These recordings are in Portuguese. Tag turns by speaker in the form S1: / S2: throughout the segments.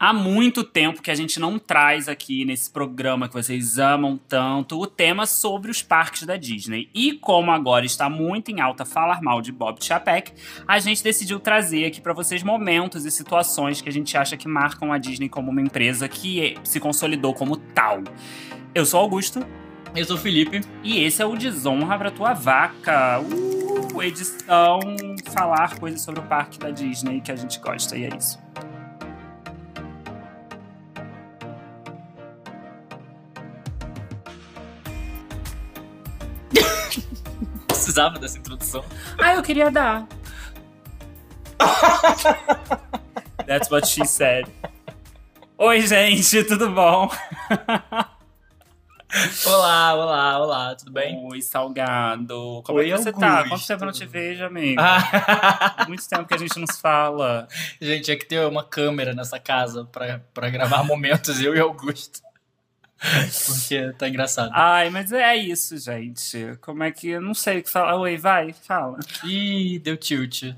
S1: Há muito tempo que a gente não traz aqui nesse programa que vocês amam tanto o tema sobre os parques da Disney. E como agora está muito em alta falar mal de Bob Chapek, a gente decidiu trazer aqui para vocês momentos e situações que a gente acha que marcam a Disney como uma empresa que é, se consolidou como tal. Eu sou Augusto.
S2: Eu sou Felipe.
S1: E esse é o Desonra pra Tua Vaca. Uh, edição falar coisas sobre o parque da Disney que a gente gosta, e é isso.
S2: Precisava dessa introdução.
S1: Ah, eu queria dar. That's what she said. Oi, gente, tudo bom?
S2: Olá, olá, olá, tudo bem?
S1: Oi, salgado. Como
S2: Oi,
S1: é que você tá?
S2: Augusto.
S1: Quanto tempo eu não te vejo, amigo?
S2: Ah,
S1: Muito tempo que a gente nos fala.
S2: gente, é que tem uma câmera nessa casa pra, pra gravar momentos, eu e Augusto. Porque tá engraçado.
S1: Ai, mas é isso, gente. Como é que. Eu não sei o que falar. Oi, vai, fala.
S2: Ih, deu tilt.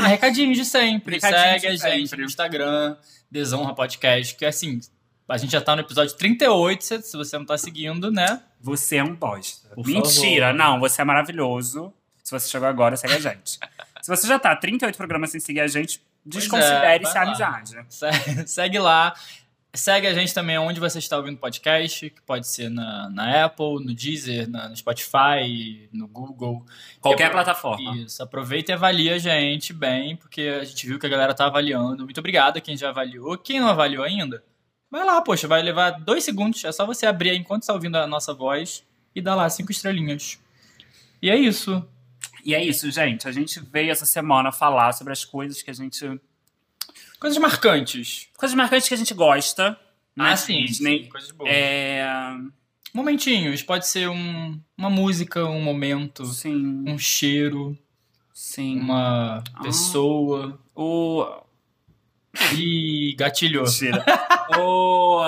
S2: Ah, recadinho de sempre.
S1: Recadinho
S2: Segue
S1: de
S2: a gente
S1: sempre.
S2: no Instagram, Desonra Podcast, que assim, a gente já tá no episódio 38, se se você não tá seguindo, né?
S1: Você é um bosta.
S2: Por
S1: Mentira,
S2: favor.
S1: não, você é maravilhoso. Se você chegou agora, segue a gente. Se você já tá 38 programas sem seguir a gente, desconsidere
S2: é,
S1: se
S2: vai
S1: a
S2: lá.
S1: amizade.
S2: Se- Segue lá. Segue a gente também onde você está ouvindo podcast, que pode ser na, na Apple, no Deezer, na- no Spotify, no Google.
S1: Qualquer
S2: Eu-
S1: plataforma.
S2: Isso, aproveita e avalia a gente bem, porque a gente viu que a galera tá avaliando. Muito obrigado a quem já avaliou. Quem não avaliou ainda, vai lá, poxa, vai levar dois segundos. É só você abrir aí enquanto está ouvindo a nossa voz e dar lá cinco estrelinhas. E é isso.
S1: E é isso, gente. A gente veio essa semana falar sobre as coisas que a gente.
S2: Coisas marcantes.
S1: Coisas marcantes que a gente gosta. né,
S2: Ah, sim,
S1: Disney.
S2: sim, coisas boas.
S1: É.
S2: Momentinhos, pode ser um- uma música, um momento,
S1: Sim,
S2: um cheiro,
S1: sim. Ah.
S2: uma pessoa.
S1: O.
S2: E gatilhou.
S1: Mentira. o...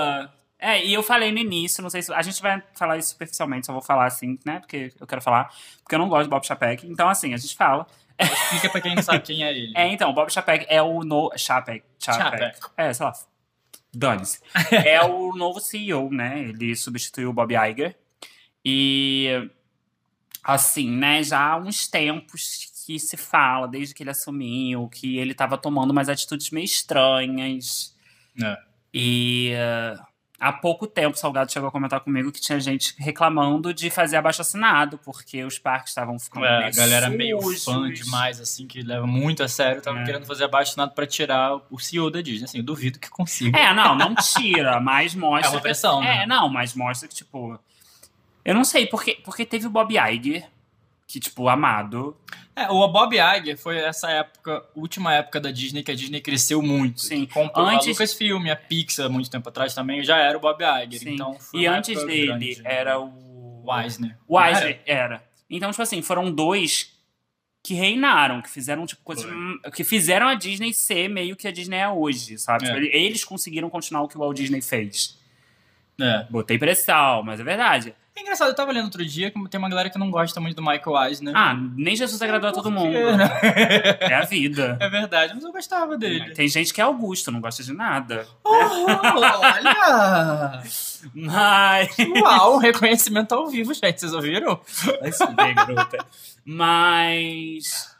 S1: É, e eu falei no início, não sei se. A gente vai falar isso superficialmente, só vou falar assim, né? Porque eu quero falar. Porque eu não gosto de Bob Chapek. Então, assim, a gente fala.
S2: Explica pra quem não sabe quem é ele. Tá,
S1: É, então, Bob Chapek é o no... Chapek. Chapek.
S2: Chapek.
S1: É, sei lá. Dane-se. é o novo CEO, né? Ele substituiu o Bob Iger. E, assim, né? Já há uns tempos que se fala, desde que ele assumiu, que ele tava tomando umas atitudes meio estranhas.
S2: É.
S1: E... eh, Há pouco tempo, o Salgado chegou a comentar comigo que tinha gente reclamando de fazer abaixo-assinado, porque os parques estavam ficando
S2: É, a
S1: meio
S2: galera meio fã
S1: sujos.
S2: demais, assim, que leva muito a sério. Tava
S1: É.
S2: querendo fazer abaixo nada pra tirar o CEO da Disney. Assim, eu duvido que consiga.
S1: É, não, não tira, mas
S2: É,
S1: mostra.
S2: uma pressão,
S1: que,
S2: né?
S1: é, não, mas mostra que, tipo. Eu não sei, porque, porque teve o Bob Iger, que, tipo, amado.
S2: É, o Bob Iger foi essa época, última época da Disney, que a Disney cresceu muito.
S1: Sim.
S2: Comprou
S1: Antes-
S2: a Lucasfilm, a Pixar, muito tempo atrás também, já era o Bob Iger.
S1: Sim.
S2: Então, foi
S1: E
S2: uma
S1: antes
S2: época
S1: dele
S2: grande, né?
S1: era o.
S2: o Eisner.
S1: O Eisner, era. Então, tipo assim, foram dois que reinaram, que fizeram, tipo, coisas. Que fizeram a Disney ser meio que a Disney é hoje, sabe?
S2: É.
S1: Tipo, eles conseguiram continuar o que o Walt Disney fez.
S2: É.
S1: Botei pressão, mas é verdade.
S2: É engraçado, eu tava lendo outro dia que tem uma galera que não gosta muito do Michael Eisner.
S1: Ah, nem Jesus agradou a todo
S2: Por quê,
S1: mundo.
S2: né?
S1: É a vida.
S2: É verdade, mas eu gostava dele.
S1: Tem gente que é Augusto, não gosta de nada.
S2: Oh, olha!
S1: Mas.
S2: Uau, reconhecimento ao vivo, gente. Vocês ouviram?
S1: Mas.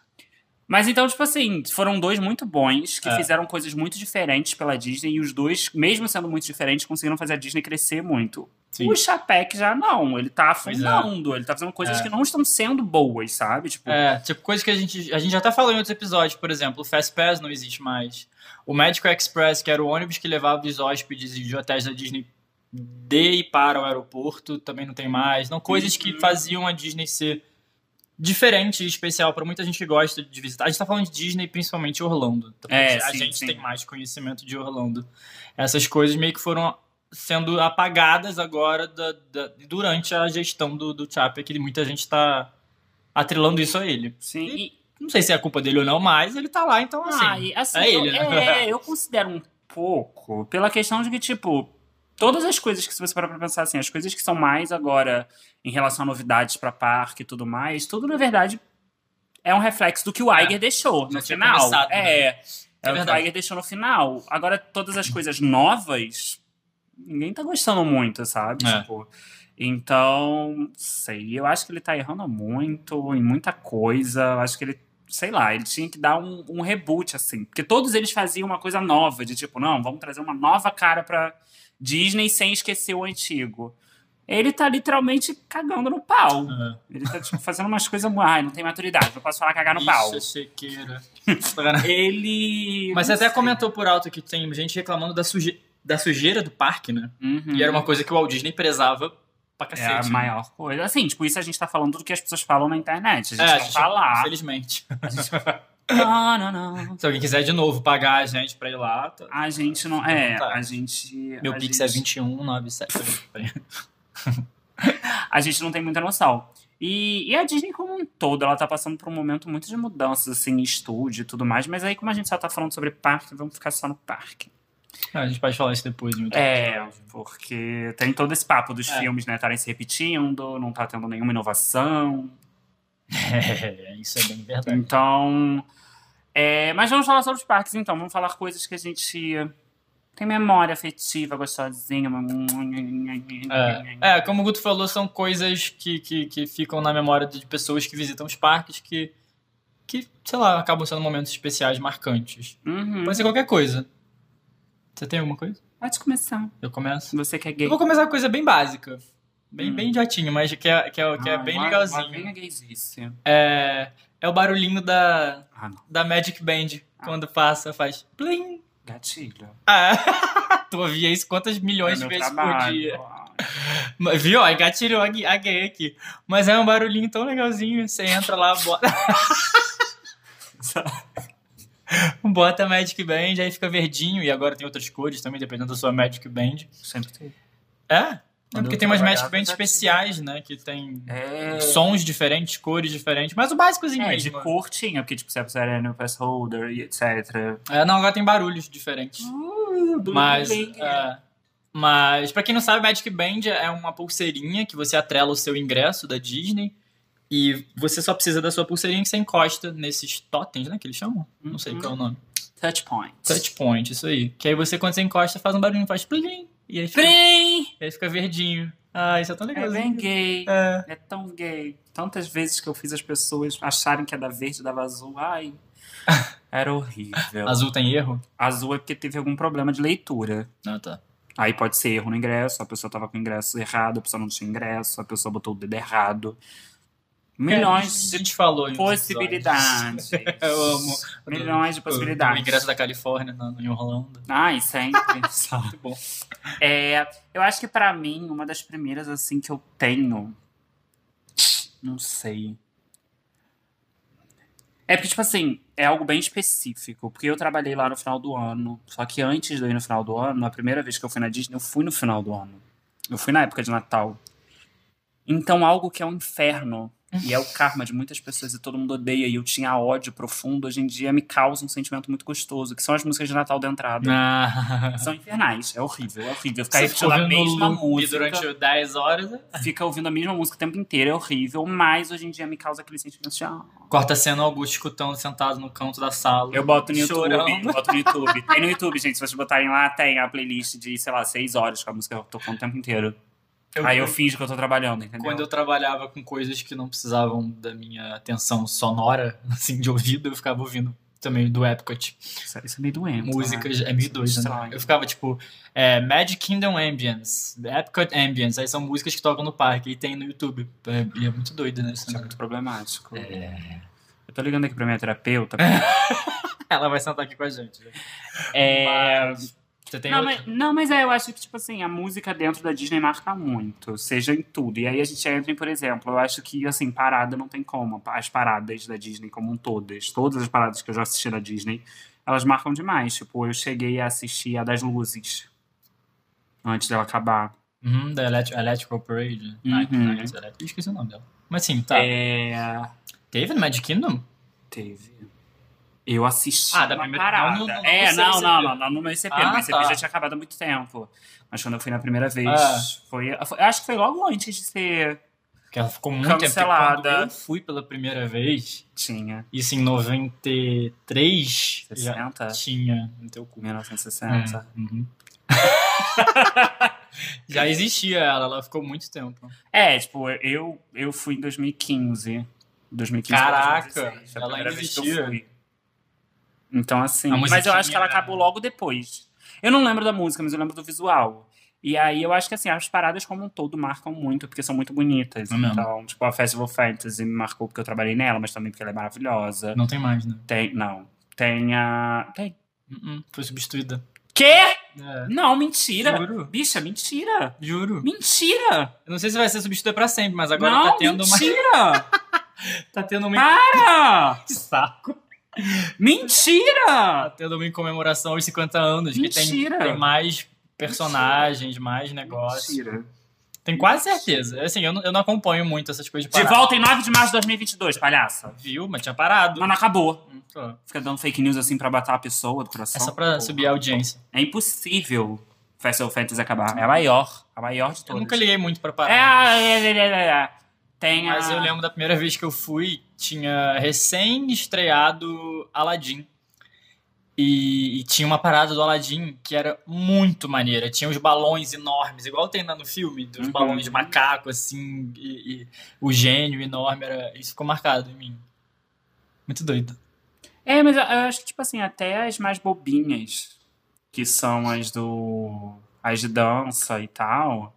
S1: Mas então, tipo assim, foram dois muito bons que
S2: É.
S1: fizeram coisas muito diferentes pela Disney e os dois, mesmo sendo muito diferentes, conseguiram fazer a Disney crescer muito. O Chapek já não, ele tá
S2: Pois é.
S1: afundando, ele tá fazendo coisas
S2: É.
S1: que não estão sendo boas, sabe? Tipo,
S2: É, tipo, coisa que a gente, a gente já tá falando em outros episódios, por exemplo, o Fast Pass não existe mais. O Magical Express, que era o ônibus que levava os hóspedes de hotéis da Disney de e para o aeroporto, também não tem mais. Não, coisas que
S1: Uhum.
S2: faziam a Disney ser diferente e especial pra muita gente que gosta de visitar. A gente tá falando de Disney, principalmente Orlando. Então,
S1: É,
S2: a
S1: sim,
S2: gente
S1: sim.
S2: tem mais conhecimento de Orlando. Essas coisas meio que foram sendo apagadas agora da- da- durante a gestão do, do Chapa, que muita gente tá atrelando isso a ele.
S1: sim. e-
S2: Não sei se é a culpa dele ou não, mas ele tá lá, então assim.
S1: Ah, e, assim,
S2: é
S1: eu,
S2: ele, né?
S1: é, eu considero um pouco pela questão de que, tipo, todas as coisas que, se você parar pra pensar assim, as coisas que são mais agora em relação a novidades pra parque e tudo mais, tudo na verdade é um reflexo do que o Iger deixou no
S2: já tinha
S1: final.
S2: começado, né?
S1: É. É, o
S2: verdade.
S1: Tiger deixou no final. Agora, todas as coisas novas, ninguém tá gostando muito, sabe?
S2: É.
S1: Tipo, então, sei. Eu acho que ele tá errando muito em muita coisa. Eu acho que ele, sei lá, ele tinha que dar um, um reboot, assim. Porque todos eles faziam uma coisa nova, de tipo, não, vamos trazer uma nova cara pra Disney sem esquecer o antigo. Ele tá literalmente cagando no pau.
S2: É.
S1: Ele tá, tipo, fazendo umas coisas. Ai, não tem maturidade, não posso falar cagar Tá no pau.
S2: Isso é sequeira. Tá
S1: Ele.
S2: Mas você
S1: não
S2: até
S1: sei.
S2: comentou por alto que tem gente reclamando da, suje... da sujeira do parque, né?
S1: Uhum.
S2: E era uma coisa que o Walt Disney prezava
S1: É a
S2: pra cacete. né?
S1: maior coisa. Assim, tipo, isso a gente tá falando do que as pessoas falam na internet. A gente
S2: É,
S1: não fala. "Ah,
S2: Infelizmente.
S1: Não, não, não.
S2: Se alguém quiser de novo pagar a gente pra ir lá. tá-
S1: A gente não.
S2: Fica à
S1: É,
S2: vontade.
S1: a gente.
S2: Tá. Meu
S1: a
S2: Pix
S1: gente,
S2: é 2197.
S1: A gente não tem muita noção. E, e a Disney, como um todo, ela tá passando por um momento muito de mudanças, assim, em estúdio e tudo mais. Mas aí, como a gente só tá falando sobre parque, vamos ficar só no parque.
S2: Ah, a gente pode falar isso depois, meu
S1: É, porque tem todo esse papo dos
S2: É.
S1: filmes, né, estarem se repetindo, não tá tendo nenhuma inovação.
S2: É, isso é bem verdade.
S1: Então. é, mas vamos falar sobre os parques, então. Vamos falar coisas que a gente tem memória afetiva, gostosinha.
S2: É, é, como o Guto falou, são coisas que, que, que ficam na memória de pessoas que visitam os parques que, que, sei lá, acabam sendo momentos especiais marcantes.
S1: Uhum.
S2: Pode ser qualquer coisa. Você tem alguma coisa?
S1: Pode começar.
S2: Eu começo.
S1: Você que é
S2: Eu
S1: gay.
S2: vou começar com uma coisa bem básica. Bem,
S1: Hum.
S2: bem idiotinho, mas que é, que é, que é
S1: Ah,
S2: bem
S1: lá-
S2: legalzinho.
S1: lá vem a gaysice.
S2: É, é o barulhinho da,
S1: Ah, não.
S2: da Magic Band.
S1: Ah.
S2: Quando passa, faz plim.
S1: Gatilho.
S2: Ah, tu ouvia isso quantas milhões
S1: É
S2: de
S1: meu
S2: Então, vezes por
S1: trabalho. Ah,
S2: dia? Mas, Viu? Ó, Engatilhou a, gui- a gay aqui. Mas é um barulhinho tão legalzinho. Você entra lá, bota. bota Magic Band, aí fica verdinho. E agora tem outras cores também, dependendo da sua Magic Band.
S1: Sempre tem.
S2: É? É
S1: Quando
S2: porque
S1: eu
S2: tem umas Magic
S1: trabalhava,
S2: Bands
S1: já
S2: especiais, né? Que tem
S1: É.
S2: sons diferentes, cores diferentes. Mas o básicozinho
S1: É, de
S2: mesmo.
S1: cor tinha, porque, tipo, se a pessoa era no pass holder e etc.
S2: É, não, agora tem barulhos
S1: Hum,
S2: diferentes.
S1: Uh,
S2: Mas,
S1: né?
S2: é, mas para quem não sabe, Magic Band é uma pulseirinha que você atrela o seu ingresso da Disney e você só precisa da sua pulseirinha que você encosta nesses totens, né, que eles chamam? Não sei qual é o nome.
S1: Uhum. Touch point.
S2: Touch point, isso aí. Que aí você, quando você encosta, faz um barulhinho, faz plim, e aí fica,
S1: Bem!
S2: e aí fica verdinho. Ah, isso é tão
S1: É
S2: legal.
S1: bem gay.
S2: É.
S1: É tão gay. Tantas vezes que eu fiz as pessoas acharem que é da verde, dava azul. Ai. Era horrível.
S2: Azul tem erro?
S1: Azul é porque teve algum problema de leitura.
S2: Ah, tá.
S1: Aí pode ser erro no ingresso, a pessoa tava com o ingresso errado, a pessoa não tinha ingresso, a pessoa botou o dedo errado. Milhões
S2: a
S1: de
S2: gente falou em outros
S1: possibilidades.
S2: Eu amo.
S1: episódios. Milhões de
S2: episódios. O ingresso
S1: possibilidades.
S2: da Califórnia, na, em Orlando.
S1: Ai, sempre. sabe?
S2: Muito bom.
S1: É, eu acho que pra mim, uma das primeiras assim que eu tenho. Não sei. É porque, tipo assim, é algo bem específico. Porque eu trabalhei lá no final do ano. Só que antes de eu ir no final do ano, a primeira vez que eu fui na Disney, eu fui no final do ano. Eu fui na época de Natal. Então, algo que é um inferno. E é o karma de muitas pessoas e todo mundo odeia. E eu tinha ódio profundo. Hoje em dia me causa um sentimento muito gostoso. Que são as músicas de Natal da entrada.
S2: Ah.
S1: São infernais, é horrível, é horrível. Ficar
S2: Você
S1: repetindo a
S2: ficou ouvindo
S1: mesma
S2: loop
S1: música,
S2: durante 10 horas. né?
S1: fica ouvindo a mesma música o tempo inteiro, é horrível, mas hoje em dia me causa aquele sentimento de. Ah,
S2: Corta a cena, o Augusto escutando, sentado no canto da sala.
S1: eu boto no YouTube,
S2: Chorando.
S1: eu boto no YouTube. Tem no YouTube, gente, se vocês botarem lá, tem a playlist de, sei lá, seis horas com a música tocando o tempo inteiro. Aí eu né? finjo que eu tô trabalhando, entendeu?
S2: Quando eu trabalhava com coisas que não precisavam da minha atenção sonora, assim, de ouvido, eu ficava ouvindo também do Epcot.
S1: Isso, isso é meio doente.
S2: Músicas,
S1: né?
S2: é meio doido, né?
S1: Estranho.
S2: Eu ficava tipo, é, Magic Kingdom Ambience, Epcot Ambience, aí são músicas que tocam no parque e tem no YouTube. É, e é muito doido, né? isso,
S1: Isso é
S2: né?
S1: muito problemático.
S2: É.
S1: Eu tô ligando aqui pra minha terapeuta.
S2: Ela vai sentar aqui com a gente. né?
S1: É.
S2: Mas Você tem
S1: não,
S2: outro?
S1: mas, não, mas é, eu acho que, tipo assim, a música dentro da Disney marca muito, seja em tudo. E aí a gente entra em, por exemplo, eu acho que, assim, parada não tem como. As paradas da Disney como um todas, todas as paradas que eu já assisti da Disney, elas marcam demais. Tipo, eu cheguei a assistir a das luzes, antes dela acabar.
S2: Uhum, da Elect Electrical Parade.
S1: Uhum.
S2: Night, Night Electric. Eu então, esqueci o nome dela. Mas sim, tá.
S1: É,
S2: Teve no Magic Kingdom?
S1: teve... Eu assisti
S2: Ah, da
S1: uma
S2: primeira-
S1: parada.
S2: não, não, não,
S1: é,
S2: no
S1: não,
S2: CCP.
S1: não, não, não, é no meu ICP.
S2: Ah,
S1: no meu ICP
S2: tá.
S1: já tinha acabado há muito tempo. Mas quando eu fui na primeira vez,
S2: Ah.
S1: foi, foi- eu acho que foi logo antes de ser
S2: Porque ela ficou muito tempo, porque
S1: Cancelada.
S2: Quando eu fui pela primeira vez,
S1: Tinha.
S2: isso em 93, já
S1: 60?
S2: tinha no teu cu.
S1: 1960.
S2: Uhum. já existia ela, ela ficou muito tempo.
S1: É, tipo, eu, eu fui em 2015. 2015 pra
S2: Caraca,
S1: 2016, foi a
S2: ela
S1: primeira
S2: ainda
S1: vez que eu
S2: existia.
S1: fui. Então, assim.
S2: A
S1: Mas eu acho que ela
S2: musiquinha-
S1: acabou logo depois. Eu não lembro da música, mas eu lembro do visual. E aí eu acho que assim, as paradas como um todo marcam muito, porque são muito bonitas.
S2: É mesmo.
S1: Então, tipo, a Festival Fantasy me marcou porque eu trabalhei nela, mas também porque ela é maravilhosa.
S2: Não tem mais, né?
S1: Tem. Não. Tem a. Tem.
S2: Uh-uh, foi substituída.
S1: Quê?
S2: É.
S1: Não, mentira!
S2: Juro,
S1: Bicha, mentira!
S2: juro.
S1: Mentira!
S2: Eu não sei se vai ser substituída pra sempre, mas agora
S1: não,
S2: tá tendo uma.
S1: mentira!
S2: Tá tendo uma.
S1: Para!
S2: Que saco. Tá
S1: Mentira!
S2: tendo uma comemoração aos 50 anos, que
S1: Mentira.
S2: tem, tem mais personagens, mais negócios.
S1: Mentira.
S2: Tem quase certeza. Assim, eu não, eu não acompanho muito essas coisas de
S1: De
S2: parar.
S1: volta em 9 de março de 2022, palhaça.
S2: Viu, mas tinha parado.
S1: Mas não acabou.
S2: Hum, tô.
S1: Fica dando fake news assim pra matar a pessoa do
S2: É
S1: coração.
S2: só pra
S1: Porra.
S2: subir a audiência.
S1: É impossível Festival Fantasy acabar. É a maior. A maior de
S2: Eu
S1: todas.
S2: nunca liguei muito pra
S1: É,
S2: parar.
S1: é, é, é, é, é. Tem a...
S2: Mas eu lembro da primeira vez que eu fui, tinha recém-estreado Aladdin. E, e tinha uma parada do Aladdin que era muito maneira. Tinha uns balões enormes, igual tem lá no filme, dos
S1: Uhum.
S2: balões de macaco, assim, e, e o gênio enorme. Era... Isso ficou marcado em mim. Muito doido.
S1: É, mas eu eu acho que, tipo assim, até as mais bobinhas, que são as do... As de dança e tal.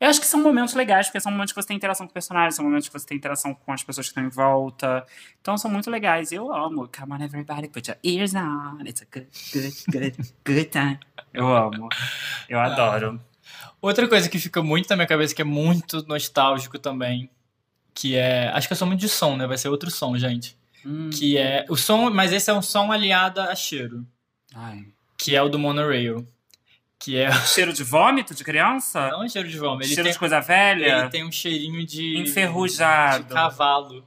S1: Eu acho que são momentos legais, porque são momentos que você tem interação com o personagem, são momentos que você tem interação com as pessoas que estão em volta. Então são muito legais. Eu amo. Come on, everybody, put your ears on. It's a good, good, good, good time. Eu amo. Eu
S2: Ah.
S1: adoro.
S2: Outra coisa que fica muito na minha cabeça, que é muito nostálgico também, que é. Acho que eu sou muito de som, né? Vai ser outro som, gente.
S1: Hum.
S2: Que é. O som, mas esse é um som aliado a cheiro.
S1: Ai.
S2: que é o do monorail. Que é.
S1: Cheiro de vômito de criança?
S2: Não é cheiro de vômito, ele,
S1: Cheiro
S2: tem,
S1: de coisa
S2: ele
S1: velha?
S2: tem um cheirinho de.
S1: Enferrujado.
S2: De cavalo.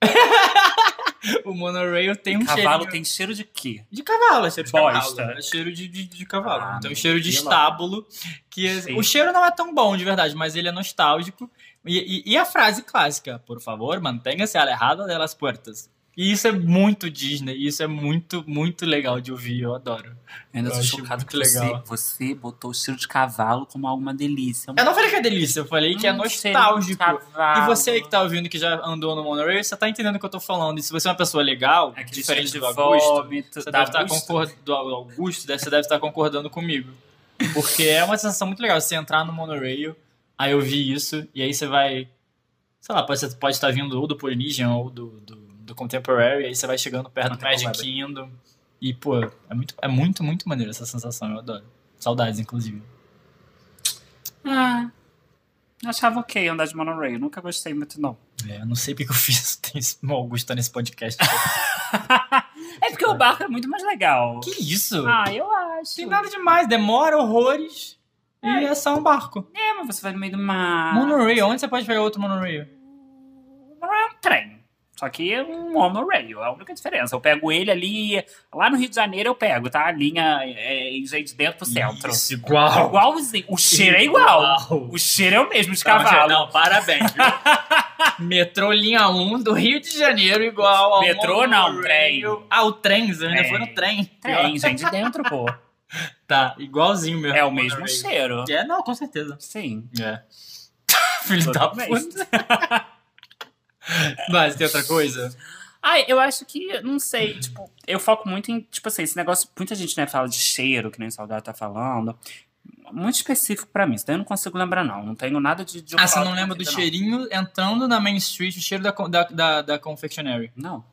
S2: o monorail tem um
S1: Cavalo
S2: cheirinho.
S1: tem cheiro de quê?
S2: De cavalo, é cheiro de
S1: Bosta.
S2: cavalo. É cheiro de, de, de cavalo.
S1: Ah,
S2: então,
S1: meu
S2: cheiro de
S1: Deus.
S2: estábulo. Que é-
S1: Sim.
S2: o cheiro não é tão bom de verdade, mas ele é nostálgico. E, e- e a frase clássica: Por favor, mantenha-se alejado delas puertas. E isso é muito Disney, e isso é muito, muito legal de ouvir, eu adoro.
S1: Eu ainda
S2: Eu
S1: tô
S2: achei
S1: chocado
S2: muito
S1: que você,
S2: legal.
S1: você botou o cheiro de cavalo como alguma delícia.
S2: Eu não falei que é delícia, eu falei que é
S1: Hum,
S2: nostálgico.
S1: cheiro de cavalo.
S2: E você aí que tá ouvindo que já andou no monorail, você tá entendendo o que eu tô falando. E se você é uma pessoa legal,
S1: Aquele
S2: diferente do
S1: cheiro de
S2: Augusto,
S1: vômito,
S2: você tá
S1: da
S2: deve estar
S1: Augusto.
S2: concordando. Do Augusto, deve- você deve estar concordando comigo. Porque é uma sensação muito legal. Você entrar no monorail, aí eu vi isso, e aí você vai. Sei lá, pode, você pode estar vindo ou do Polynesian ou do, do, do Contemporary, aí você vai chegando perto do Magic
S1: Contemporary.
S2: Kingdom. E, pô, é muito, é muito, muito maneiro essa sensação, eu adoro. Saudades, inclusive.
S1: Ah, eu achava ok andar de monorail. Nunca gostei muito, não.
S2: É, eu não sei porque eu fiz tem esse- o Augusto tá nesse podcast.
S1: É porque o barco é muito mais legal.
S2: Tipo, que isso?
S1: Ah, eu acho.
S2: Tem nada demais, demora horrores e é só um barco.
S1: É, mas você vai no meio do mar.
S2: Monorail, onde você pode pegar outro monorail?
S1: Monorail é um trem. Só que é um monorail, é a única diferença. Eu pego ele ali, lá no Rio de Janeiro eu pego, tá? A linha é, é, de dentro pro centro.
S2: Isso, igual.
S1: Igualzinho. O cheiro é igual. O cheiro é o mesmo de cavalo.
S2: Não, parabéns. viu? Metrô linha 1 do Rio de Janeiro igual ao
S1: Metrô não,
S2: monorail. Ah, o trem, você ainda
S1: Trem.
S2: foi no trem.
S1: Trem, gente, de dentro, pô.
S2: Tá, igualzinho mesmo.
S1: É o
S2: ao
S1: mesmo
S2: monorail.
S1: cheiro.
S2: É, não, com certeza.
S1: Sim.
S2: É. Filho da
S1: Totalmente.
S2: puta. Mas tem outra coisa?
S1: Ah, eu acho que, não sei, tipo, eu foco muito em, tipo assim, esse negócio, muita gente, né, fala de cheiro, que nem o Salgado tá falando, muito específico pra mim, isso daí eu não consigo lembrar, não, não tenho nada de... de
S2: Ah, você
S1: foto
S2: não lembra do
S1: ainda, não.
S2: cheirinho entrando na Main Street, o cheiro da, con- da, da, da confectionery.
S1: Não,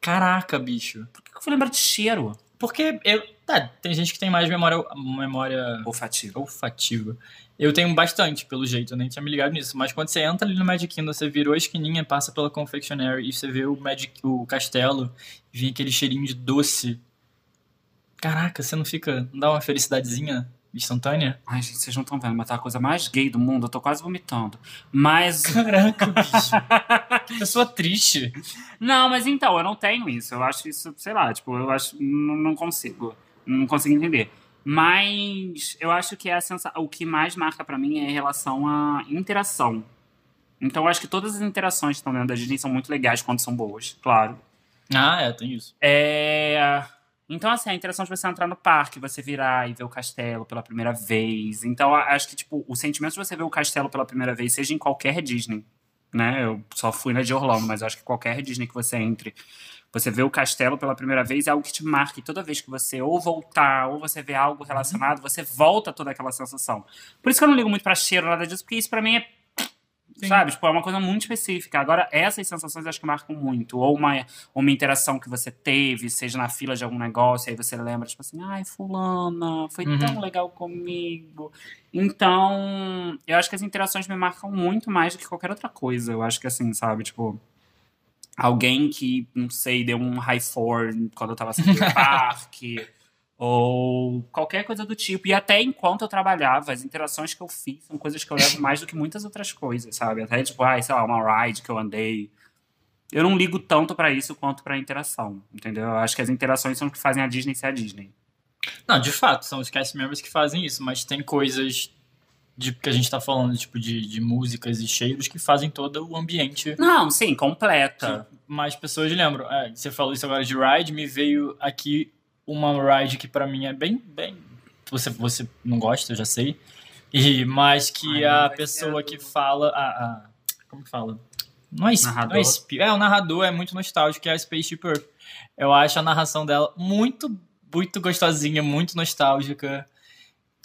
S2: Caraca, bicho.
S1: por que que eu fui lembrar de cheiro
S2: Porque eu. Tá, tem gente que tem mais memória, memória
S1: olfativo?
S2: olfativa. Eu tenho bastante, pelo jeito, eu nem tinha me ligado nisso. Mas quando você entra ali no Magic Kingdom, você virou a esquininha, passa pela confectionery e você vê o Magic, o castelo, e vem aquele cheirinho de doce. Caraca, você não fica. Não dá uma felicidadezinha instantânea?
S1: Ai, gente, vocês não estão vendo, mas tá a coisa mais gay do mundo, eu tô quase vomitando. Mas
S2: Caraca, bicho. que pessoa triste.
S1: Não, mas então, eu não tenho isso. Eu acho isso, sei lá, tipo, eu acho. Não, não consigo. Não consigo entender. Mas eu acho que é a sensa... o que mais marca pra mim é em relação à interação Então eu acho que todas as interações que estão dentro da Disney são muito legais quando são boas, claro.
S2: Ah, é, tem isso.
S1: É, Então, assim, a interação de você entrar no parque, você virar e ver o castelo pela primeira vez. Então, a- acho que, tipo, o sentimento de você ver o castelo pela primeira vez, seja em qualquer Disney, né? Eu só fui na de Orlando, mas acho que qualquer Disney que você entre, você vê o castelo pela primeira vez é algo que te marca. E toda vez que você ou voltar, ou você vê algo relacionado, você volta a toda aquela sensação. Por isso que eu não ligo muito pra cheiro, nada disso, porque isso pra mim é
S2: Sim.
S1: Sabe? Tipo, é uma coisa muito específica. Agora, essas sensações acho que marcam muito. Ou uma, uma interação que você teve, seja na fila de algum negócio, aí você lembra, tipo assim, ai, fulana, foi
S2: Uhum.
S1: tão legal comigo. Então, eu acho que as interações me marcam muito mais do que qualquer outra coisa. Eu acho que assim, sabe, tipo. Alguém que, não sei, deu um high four quando eu tava saindo do parque. Ou qualquer coisa do tipo. E até enquanto eu trabalhava, as interações que eu fiz são coisas que eu levo mais do que muitas outras coisas, sabe? Até tipo, ai, sei lá, uma ride que eu andei. Eu não ligo tanto pra isso quanto pra interação, entendeu? Eu acho que as interações são o que fazem a Disney ser a Disney.
S2: Não, de fato, são os cast members que fazem isso, mas tem coisas de que a gente tá falando, tipo, de, de músicas e cheiros que fazem todo o ambiente.
S1: Não, sim, completa.
S2: Mas pessoas lembram. É, você falou isso agora de ride, me veio aqui uma ride que pra mim é bem, bem. Você, você não gosta, eu já sei. E, mas
S1: Ai,
S2: que
S1: não
S2: a
S1: vai
S2: pessoa
S1: ser
S2: que
S1: do-
S2: fala. A, a- como que fala? Não é, narrador. Não é,
S1: Narrador.
S2: espi- é, o narrador é muito nostálgico, que é a Spaceship Earth. Eu acho a narração dela muito, muito gostosinha, muito nostálgica.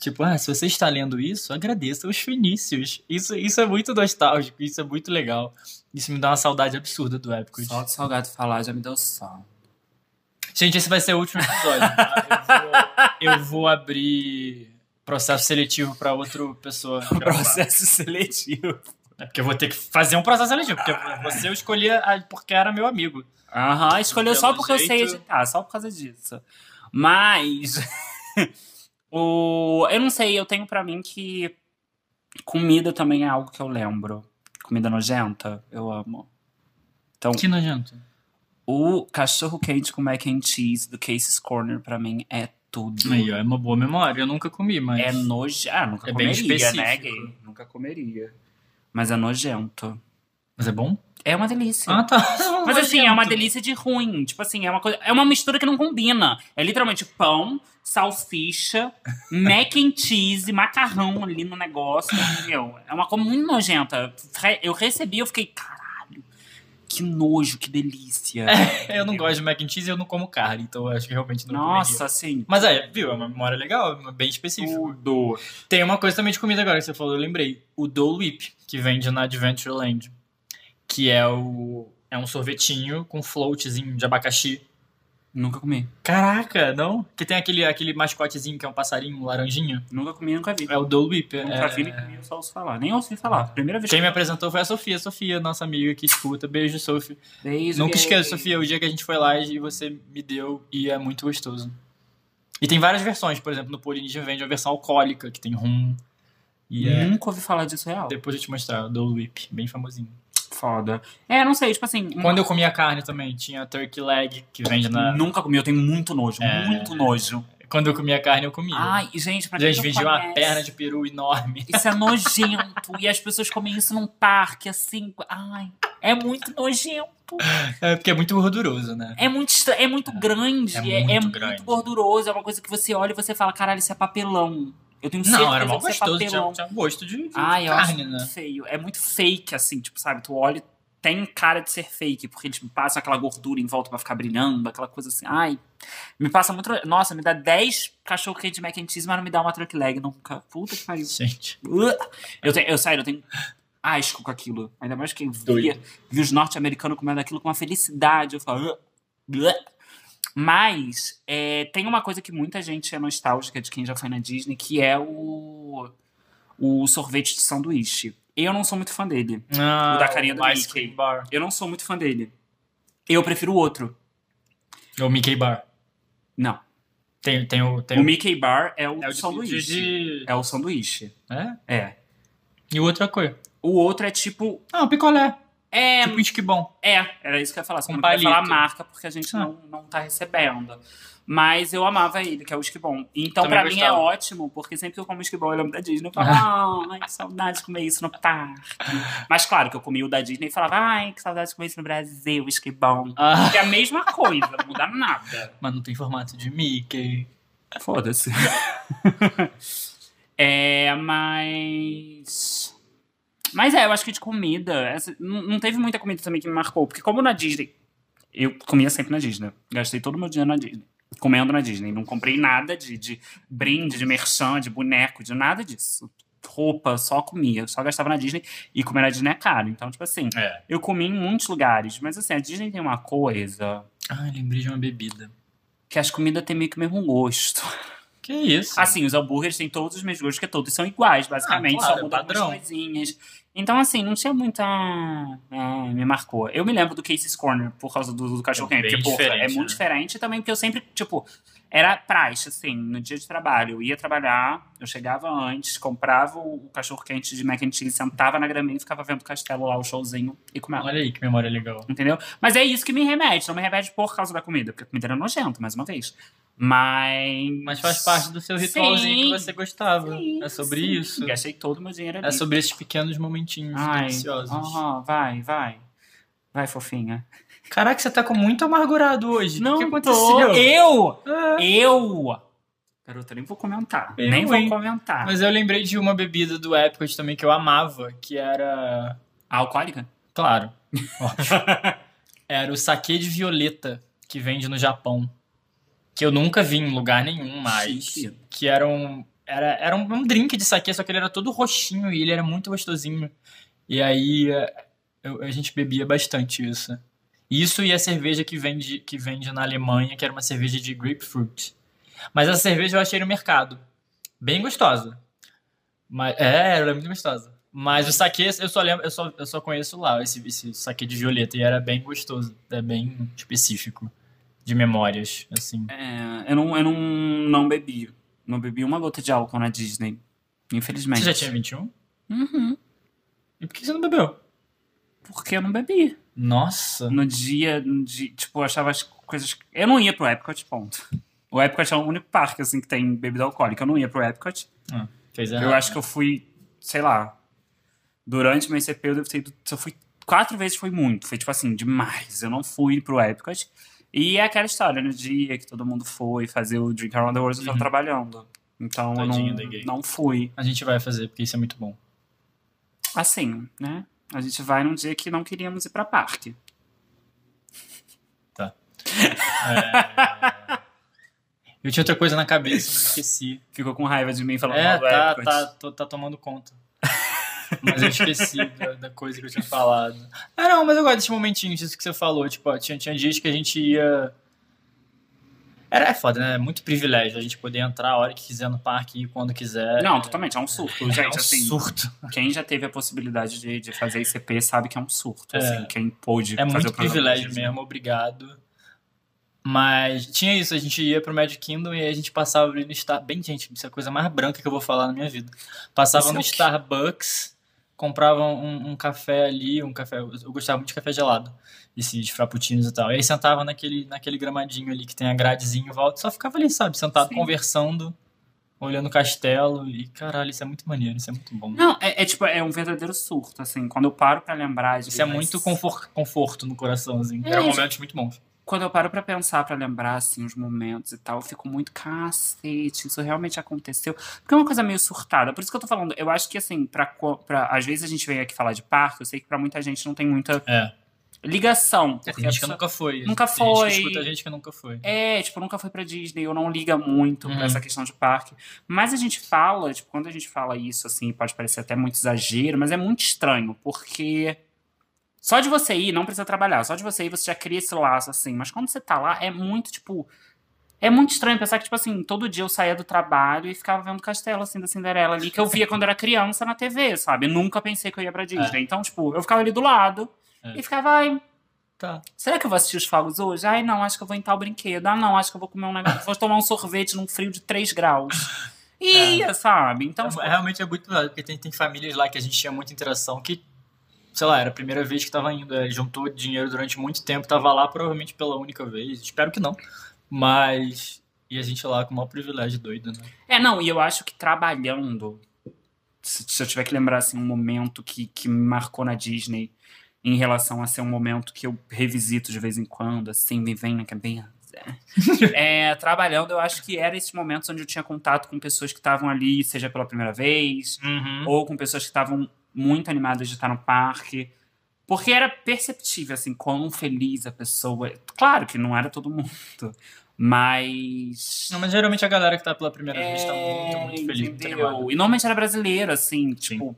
S2: Tipo, ah, se você está lendo isso, agradeça os fenícios. Isso, isso é muito nostálgico, isso é muito legal. Isso me dá uma saudade absurda do Epcot.
S1: Só de salgado falar já me deu sono.
S2: Gente, esse vai ser o último episódio. tá? Eu, vou, eu vou abrir processo seletivo pra outra pessoa gravar.
S1: Processo seletivo.
S2: É porque eu vou ter que fazer um processo seletivo. Porque você eu escolhi a- porque era meu amigo.
S1: Aham, escolheu só
S2: Pelo
S1: porque eu sei
S2: jeito-
S1: editar, só por causa disso. Mas. o... Eu não sei, eu tenho pra mim que comida também é algo que eu lembro. Comida nojenta, eu amo. Então,
S2: Que nojento.
S1: o cachorro quente com mac and cheese do Casey's Corner pra mim é tudo.
S2: Aí, ó, é uma boa memória. Eu nunca comi, mas.
S1: É nojo. Ah, nunca
S2: É bem
S1: comeria, né,
S2: específico.
S1: gay? Nunca comeria. Mas é nojento.
S2: Mas é bom?
S1: É uma delícia.
S2: Ah, tá.
S1: Mas assim, é uma delícia de ruim. Tipo assim, é uma coisa. É uma mistura que não combina. É literalmente pão, salsicha, mac and cheese, macarrão ali no negócio, entendeu? É uma coisa muito nojenta. Re- Eu recebi, eu fiquei, caralho, que nojo, que delícia.
S2: Eu não gosto de mac and cheese e eu não como carne, então eu acho que realmente não comeria.
S1: Nossa, assim.
S2: Mas é, viu? É uma memória legal, bem específica.
S1: Tudo.
S2: Tem uma coisa também de comida agora que você falou, eu lembrei. O Dole Whip, que vende na Adventureland. Que é o. É um sorvetinho com floatzinho de abacaxi.
S1: Nunca comi.
S2: Caraca, não? Que tem aquele, aquele mascotezinho que é um passarinho, um laranjinha.
S1: Nunca comi, nunca vi.
S2: É o Dole Whip.
S1: Nunca
S2: é-
S1: vi nem comi, eu só ouço falar. Nem ouvi falar. Primeira vez
S2: Quem me
S1: que
S2: apresentou foi a Sofia. Sofia, nossa amiga que escuta. Beijo, Sofia.
S1: Beijo,
S2: Nunca
S1: gay.
S2: esqueço, Sofia, o dia que a gente foi lá e você me deu e é muito gostoso. E tem várias versões, por exemplo, no Polynesian vende a versão alcoólica, que tem rum. E é-
S1: Nunca ouvi falar disso real.
S2: Depois eu te mostrar, o Dole Whip, bem famosinho.
S1: Foda. É, não sei, tipo assim.
S2: Quando eu comia carne também, tinha turkey leg, que vende na...
S1: Nunca comi, eu tenho muito nojo,
S2: Né? É.
S1: muito nojo.
S2: Quando eu comia carne, eu comia.
S1: Ai, gente, pra
S2: a
S1: quem
S2: gente
S1: não
S2: vendia
S1: conhece,
S2: uma perna de peru enorme.
S1: Isso é nojento. e as pessoas comem isso num parque, assim. Ai, é muito nojento.
S2: É porque é muito gorduroso, né?
S1: É muito, estra- é muito grande.
S2: é
S1: É,
S2: muito
S1: é muito
S2: grande.
S1: gorduroso. É uma coisa que você olha e você fala, caralho, isso é papelão. Eu tenho certeza
S2: Não, era mal
S1: que isso é
S2: gostoso, tinha,
S1: papelão.
S2: tinha gosto de, de
S1: Ai, eu
S2: carne,
S1: acho
S2: né?
S1: muito feio. É muito fake, assim, tipo, sabe? Tu olha e tem cara de ser fake, porque eles passam aquela gordura em volta pra ficar brilhando, aquela coisa assim. Ai, me passa muito... Nossa, me dá 10 cachorro-quente de mac and cheese, mas não me dá uma truck leg nunca. Puta que pariu.
S2: Gente,
S1: Eu, tenho, eu sério, eu tenho asco com aquilo. Ainda mais que via,
S2: Doido.
S1: via os norte-americanos comendo aquilo com uma felicidade. Eu falo. "Ugh, ugh". Mas é, tem uma coisa que muita gente é nostálgica de quem já foi na Disney, que é o, o sorvete de sanduíche. Eu não sou muito fã dele.
S2: ah,
S1: O da carinha do
S2: o
S1: Mickey.
S2: Ice Cream Bar.
S1: Eu não sou muito fã dele. Eu prefiro o outro.
S2: O Mickey Bar.
S1: Não.
S2: Tem, tem o... Tem
S1: O Mickey Bar é o,
S2: é o de-
S1: sanduíche.
S2: de- de-
S1: É o sanduíche.
S2: É?
S1: É.
S2: E o outro é coisa.
S1: O outro é tipo
S2: Ah, o picolé.
S1: É,
S2: Tipo um esquibom.
S1: é, era isso que eu ia falar. Você
S2: Com
S1: não quer falar
S2: palito.
S1: marca porque a gente
S2: Ah.
S1: não, não tá recebendo. Mas eu amava ele, que é o esquibom. Então,
S2: Também
S1: pra mim, é
S2: gostava.
S1: ótimo, porque sempre que eu como esquibom, eu lembro da Disney. Eu falo, ai, que saudade de comer isso no parque. Mas claro que eu comi o da Disney e falava, ai, que saudade de comer isso no Brasil, esquibom.
S2: Ah,
S1: Que é a mesma coisa, não muda nada.
S2: mas não tem formato de Mickey.
S1: Foda-se. é, mas. Mas é, eu acho que de comida. essa- não, não teve muita comida também que me marcou. Porque, como na Disney. Eu comia sempre na Disney. Gastei todo o meu dinheiro na Disney. Comendo na Disney. Não comprei nada de, de brinde, de merchan, de boneco, de nada disso. Roupa, só comia. Só gastava na Disney. E comer na Disney é caro. Então, tipo assim.
S2: É.
S1: Eu comi em muitos lugares. Mas, assim, a Disney tem uma coisa.
S2: Ai, lembrei de uma bebida.
S1: Que as comidas têm meio que o mesmo gosto.
S2: Que isso?
S1: Assim, os hambúrgueres têm todos os mesmos gostos, porque todos são iguais, basicamente,
S2: Ah, claro,
S1: só
S2: é
S1: mudam algumas
S2: padrão.
S1: coisinhas. Então, assim, não tinha muita. Ah, me marcou. Eu me lembro do Casey's Corner por causa do, do cachorro
S2: É
S1: quente,
S2: bem
S1: porque, porra, é
S2: diferente,
S1: muito
S2: né?
S1: diferente e também, porque eu sempre, tipo, era praxe, assim, no dia de trabalho. Eu ia trabalhar, eu chegava antes, comprava o cachorro quente de mac and cheese, sentava na graminha e ficava vendo o castelo lá, o showzinho, e comia.
S2: Olha aí que memória legal.
S1: Entendeu? Mas é isso que me remete, não me remete por causa da comida, porque a comida era nojenta, mais uma vez. Mas.
S2: Mas faz parte do seu ritualzinho
S1: Sim.
S2: que você gostava.
S1: Sim,
S2: é sobre
S1: sim.
S2: isso.
S1: Gastei todo o meu dinheiro ali.
S2: É sobre esses pequenos momentinhos
S1: Ai,
S2: deliciosos.
S1: aham, vai, vai. Vai, fofinha.
S2: Caraca, você tá com muito amargurado hoje. o que
S1: tô.
S2: aconteceu?
S1: Eu!
S2: Ah,
S1: Eu! Garota, nem vou comentar.
S2: Eu,
S1: nem vou
S2: hein?
S1: comentar.
S2: Mas eu lembrei de uma bebida do Epcot também que eu amava, que era.
S1: A alcoólica?
S2: Claro. óbvio. era o saque de violeta que vende no Japão. Que eu nunca vi em lugar nenhum mais.
S1: Chique.
S2: Que era um. Era, era um, um drink de saque, só que ele era todo roxinho e ele era muito gostosinho. E aí eh, eu- a gente bebia bastante isso. Isso e a cerveja que vende, que vende na Alemanha, que era uma cerveja de grapefruit. Mas essa cerveja eu achei no mercado. Bem gostosa. Mas, é, ela é muito gostosa. Mas o saque, eu só lembro, eu só, eu só conheço lá esse, esse saque de violeta. E era bem gostoso. É bem específico. De memórias, assim.
S1: É, eu não, eu não, não bebi. Não bebi uma gota de álcool na Disney. Infelizmente.
S2: Você já tinha 21?
S1: Uhum.
S2: E por que você não bebeu?
S1: Porque eu não bebi.
S2: Nossa.
S1: No dia, no dia- tipo, eu achava as coisas. Eu não ia pro Epcot, ponto. O Epcot é o único parque, assim, que tem bebida alcoólica. Eu não ia pro Epcot.
S2: Ah, fez
S1: Eu
S2: errado.
S1: acho que eu fui, sei lá, durante meu ICP eu devo ter ido, se eu fui quatro vezes foi muito, foi tipo assim, demais. Eu não fui pro Epcot. E é aquela história, no dia que todo mundo foi fazer o Drink Around the World, eu tava
S2: Uhum.
S1: trabalhando. Então eu
S2: Tadinha
S1: não,
S2: da gay.
S1: não fui.
S2: A gente vai fazer, porque isso é muito bom.
S1: Assim, né? A gente vai num dia que não queríamos ir pra parque.
S2: Eu tinha outra coisa na cabeça, mas esqueci.
S1: Ficou com raiva de mim falando
S2: É,
S1: mal do
S2: tá,
S1: Epcot.
S2: tá, tô- tá tomando conta. Mas eu esqueci da, da coisa que eu tinha falado. Ah, não, mas eu gosto desses momentinhos, disso que você falou. Tipo, ó, tinha, tinha dias que a gente ia. Era é foda, né? É muito privilégio a gente poder entrar a hora que quiser no parque e ir quando quiser.
S1: Não, totalmente, é um surto, gente.
S2: É um
S1: assim,
S2: surto.
S1: quem já teve a possibilidade de, de fazer ICP sabe que é um surto.
S2: É.
S1: Assim, quem pôde
S2: É
S1: fazer
S2: muito
S1: o programa né?
S2: privilégio
S1: Disney.
S2: mesmo, obrigado. Mas tinha isso, a gente ia pro Magic Kingdom e aí a gente passava ali no Starbucks. Bem, gente, isso é a coisa mais branca que eu vou falar na minha vida. Passava
S1: Isso é
S2: no
S1: o quê?
S2: Starbucks, comprava um, um café ali, um café. Eu gostava muito de café gelado, esses frappuccinos e tal. E aí sentava naquele, naquele gramadinho ali que tem a gradezinha em volta, só ficava ali, sabe, sentado,
S1: Sim.
S2: conversando, olhando o castelo. E caralho, isso é muito maneiro, isso é muito bom.
S1: Não, é, é tipo, é um verdadeiro surto, assim. Quando eu paro pra lembrar de.
S2: Isso é muito confor- conforto no coração, assim.
S1: É,
S2: Eram
S1: gente.
S2: momentos muito bons.
S1: Quando eu paro pra pensar, pra lembrar, assim, os momentos e tal, eu fico muito cacete, isso realmente aconteceu. Porque é uma coisa meio surtada. Por isso que eu tô falando, eu acho que, assim, pra, co- pra- às vezes a gente vem aqui falar de parque, eu sei que pra muita gente não tem muita
S2: É.
S1: ligação.
S2: É,
S1: Porque
S2: tem gente
S1: a
S2: que
S1: pessoa-
S2: nunca foi.
S1: Nunca
S2: tem
S1: foi.
S2: Gente que escuta a gente que nunca foi.
S1: É, tipo, nunca foi pra Disney, eu não liga muito
S2: Uhum.
S1: pra essa questão de parque. Mas a gente fala, tipo, quando a gente fala isso, assim, pode parecer até muito exagero, mas é muito estranho, porque só de você ir, não precisa trabalhar, só de você ir você já cria esse laço, assim. Mas quando você tá lá, é muito, tipo. É muito estranho pensar que, tipo assim, todo dia eu saía do trabalho e ficava vendo o castelo, assim, da Cinderela ali, que eu via quando era criança na TV, sabe? Eu nunca pensei que eu ia pra Disney. Então, tipo, eu ficava ali do lado
S2: É.
S1: e ficava, ai,
S2: Tá.
S1: Será que eu vou assistir os fogos hoje? Ai, não, acho que eu vou entrar o brinquedo. Ah, não, acho que eu vou comer um negócio. Vou tomar um sorvete num frio de 3 graus. E ia, sabe? Então,
S2: É realmente é muito legal, porque tem, tem famílias lá que a gente tinha muita interação que sei lá, era a primeira vez que tava indo. Ele juntou dinheiro durante muito tempo, tava lá provavelmente pela única vez. Espero que não. Mas. E a gente lá com o maior privilégio doido, né?
S1: É, não, e eu acho que trabalhando. Se, se eu tiver que lembrar assim, um momento que, que me marcou na Disney em relação a ser um momento que eu revisito de vez em quando, assim, me vem na cabeça. É, trabalhando, eu acho que era esses momentos onde eu tinha contato com pessoas que estavam ali, seja pela primeira vez,
S2: Uhum.
S1: ou com pessoas que estavam muito animadas de estar no parque. Porque era perceptível, assim, quão feliz a pessoa. é. Claro que não era todo mundo, mas.
S2: Não, mas geralmente a galera que tá pela primeira vez tá muito,
S1: É,
S2: muito feliz. Muito
S1: entendeu?
S2: animada.
S1: e normalmente era brasileiro, assim, tipo.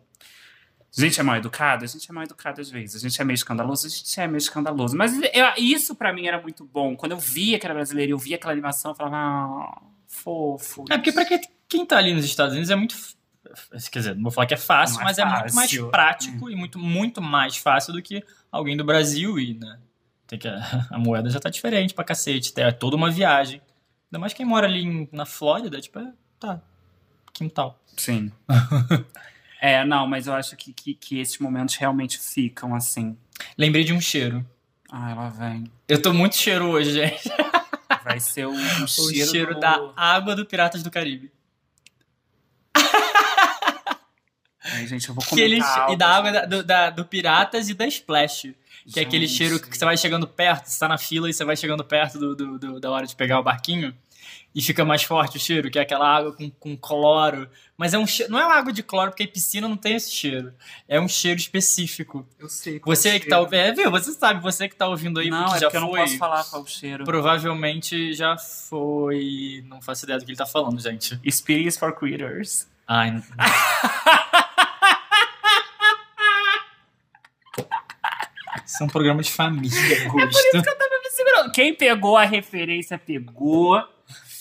S1: A gente é mal educado? A gente é mal educado às vezes. A gente é meio escandaloso? A gente é meio escandaloso. Mas eu- isso pra mim era muito bom. Quando eu via que era brasileiro e eu via aquela animação, eu falava, ah, fofo.
S2: É porque pra quem, quem tá ali nos Estados Unidos é muito. f- Quer dizer, não vou falar que é fácil,
S1: Não é
S2: mas é muito mais
S1: fácil. Hum.
S2: prático e muito, muito mais fácil do que alguém do Brasil ir, né? Tem que, a moeda já tá diferente pra cacete, é toda uma viagem. Ainda mais quem mora ali em- na Flórida, tipo, é, tá, quintal.
S1: Sim. é, não, mas eu acho que, que, que esses momentos realmente ficam assim.
S2: Lembrei de um cheiro.
S1: Ah, ela vem.
S2: Eu tô muito cheiro hoje, gente.
S1: Vai ser o,
S2: O
S1: cheiro,
S2: cheiro,
S1: do-
S2: da água do Piratas do Caribe.
S1: Ai, gente, eu vou
S2: Que
S1: comentar
S2: ele-
S1: algo, assim.
S2: e da água da-
S1: gente.
S2: do, da- do Piratas e da Splash. Que é aquele
S1: Gente.
S2: cheiro que você vai chegando perto, você tá na fila e você vai chegando perto do, do- do- da hora de pegar o barquinho e fica mais forte o cheiro, que é aquela água com, com cloro. Mas é um cheiro, não é uma água de cloro, porque piscina não tem esse cheiro. É um cheiro específico.
S1: Eu sei. qual
S2: Você que tá ouvindo, é, viu? Você sabe, você que tá ouvindo aí,
S1: Não,
S2: que
S1: é
S2: já
S1: porque eu não
S2: foi,
S1: posso falar qual o cheiro.
S2: provavelmente já foi, não faço ideia do que ele tá falando, gente.
S1: Experience for Creators.
S2: Ai, não- Isso é um programa de
S1: É
S2: família, Augusto.
S1: Quem pegou a referência, pegou.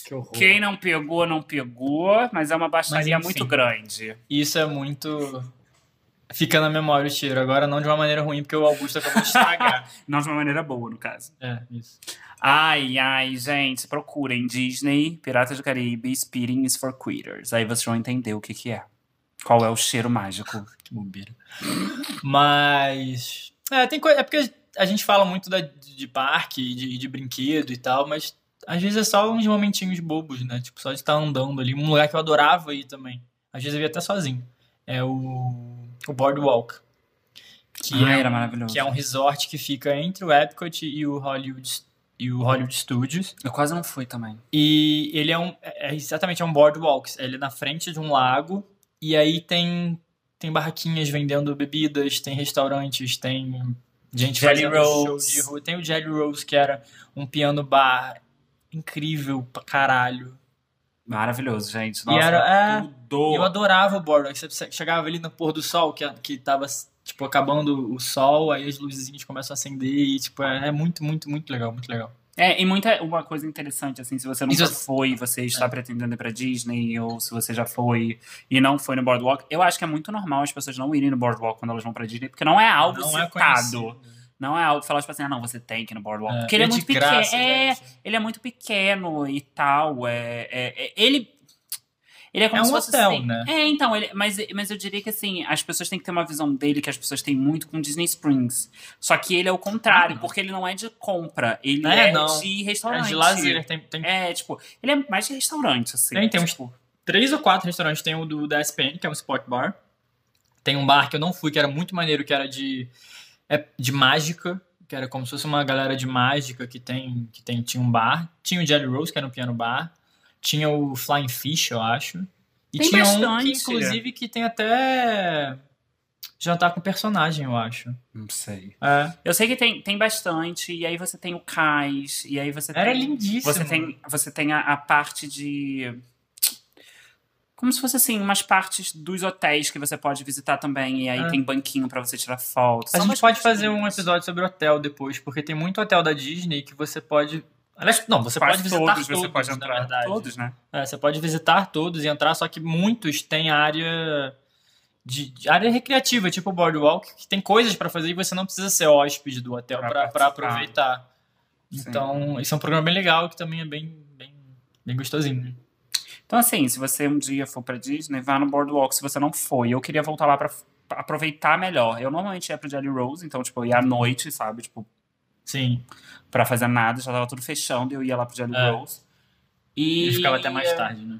S2: Que horror.
S1: Quem não pegou, não pegou. Mas é uma baixaria
S2: Mas, enfim.
S1: muito grande.
S2: Isso é muito. Fica na memória o cheiro. Agora não de uma maneira ruim, porque o Augusto acabou de estragar.
S1: Não de uma maneira boa, no caso.
S2: é, isso.
S1: Ai, ai, gente, procurem Disney, Piratas do Caribe, Speeding is for Quitters. Aí vocês vão entender o que que é. Qual é o cheiro mágico.
S2: Que bobeira. Mas. É, tem coisa. É porque a gente fala muito da- de parque e de, de brinquedo e tal, mas às vezes é só uns momentinhos bobos, né? Tipo, só de estar andando ali. Um lugar que eu adorava ir também. Às vezes eu ia até sozinho. É o. O Boardwalk. Que
S1: Ah,
S2: é
S1: era
S2: um-
S1: maravilhoso.
S2: Que é um resort que fica entre o Epcot e o Hollywood, e o Hollywood Studios.
S1: Eu quase não fui também.
S2: E ele é um. É, é exatamente, é um boardwalk. Ele é na frente de um lago. E aí tem, tem barraquinhas vendendo bebidas, tem restaurantes, tem gente
S1: Jelly
S2: fazendo
S1: Rolls.
S2: show de rua. Tem o Jelly Rose, que era um piano bar incrível pra caralho.
S1: Maravilhoso, gente. Nossa,
S2: e era. É,
S1: tudo.
S2: eu adorava o boardwalk. Você- Você chegava ali no pôr do sol, que, que tava, tipo, acabando o sol, aí as luzinhas começam a acender. E, tipo, é, é muito, muito, muito legal, muito legal.
S1: É, e muita uma coisa interessante, assim, se você nunca
S2: Isso-
S1: foi, você está
S2: É.
S1: pretendendo ir pra Disney, ou se você já foi e não foi no Boardwalk, eu acho que é muito normal as pessoas não irem no Boardwalk quando elas vão pra Disney, porque não é algo
S2: Não é
S1: citado.
S2: conhecido.
S1: não é algo que fala, tipo assim, ah, não, você tem que ir no Boardwalk.
S2: É,
S1: porque ele
S2: e
S1: é,
S2: de
S1: muito pequeno.
S2: graça,
S1: é,
S2: gente.
S1: ele é muito pequeno e tal. É, é- é- ele. Ele é como
S2: É
S1: se
S2: um
S1: fosse,
S2: hotel,
S1: assim-
S2: né?
S1: É, então, ele, mas, mas eu diria que assim, as pessoas têm que ter uma visão dele que as pessoas têm muito com Disney Springs. Só que ele é o contrário,
S2: Ah, não.
S1: porque ele não é de compra, ele
S2: É,
S1: é,
S2: não.
S1: de
S2: É
S1: restaurante.
S2: de lazer, tem, tem
S1: É, tipo, ele é mais de restaurante, assim.
S2: Tem, um tem uns-
S1: tipo,
S2: três ou quatro restaurantes. Tem o do, da SPN, que é um spot bar. Tem um bar que eu não fui, que era muito maneiro, que era de, é, de mágica. Que era como se fosse uma galera de mágica que tem, que tem tinha um bar. Tinha o Jelly Rose, que era um piano bar. Tinha o Flying Fish, eu acho. E
S1: Tem
S2: tinha um que,
S1: bastante.
S2: inclusive, que tem até jantar com personagem, eu acho.
S1: Não sei.
S2: É.
S1: Eu sei que tem, tem bastante, e aí você tem o cais, e aí você
S2: Era
S1: tem.
S2: lindíssimo.
S1: Você tem, você tem a, a parte de. Como se fosse assim, umas partes dos hotéis que você pode visitar também. E aí
S2: Ah.
S1: tem banquinho pra você tirar foto.
S2: A
S1: São
S2: gente
S1: umas
S2: pode
S1: coisas assim.
S2: fazer um
S1: bonitas.
S2: episódio sobre hotel depois, porque tem muito hotel da Disney que você pode. Aliás, não, você
S1: Quase
S2: pode visitar
S1: todos,
S2: todos,
S1: você pode
S2: na
S1: entrar.
S2: verdade.
S1: Todos, né?
S2: É, você pode visitar todos e entrar, só que muitos têm área de, de área recreativa, tipo o Boardwalk, que tem coisas pra fazer e você não precisa ser hóspede do hotel
S1: Pra
S2: pra pra
S1: participar.
S2: aproveitar.
S1: Sim.
S2: Então, isso é um programa bem legal que também é bem, bem, bem gostosinho. né?
S1: Então, assim, se você um dia for pra Disney, vá no Boardwalk. Se você não foi, eu queria voltar lá pra aproveitar melhor. Eu normalmente ia pro Jelly Rose, então, tipo, eu ia à noite, sabe? Tipo,
S2: Sim.
S1: pra fazer nada, já tava tudo fechando, eu ia lá pro Jelly
S2: É.
S1: Rose. E é-
S2: E ficava até mais tarde, né?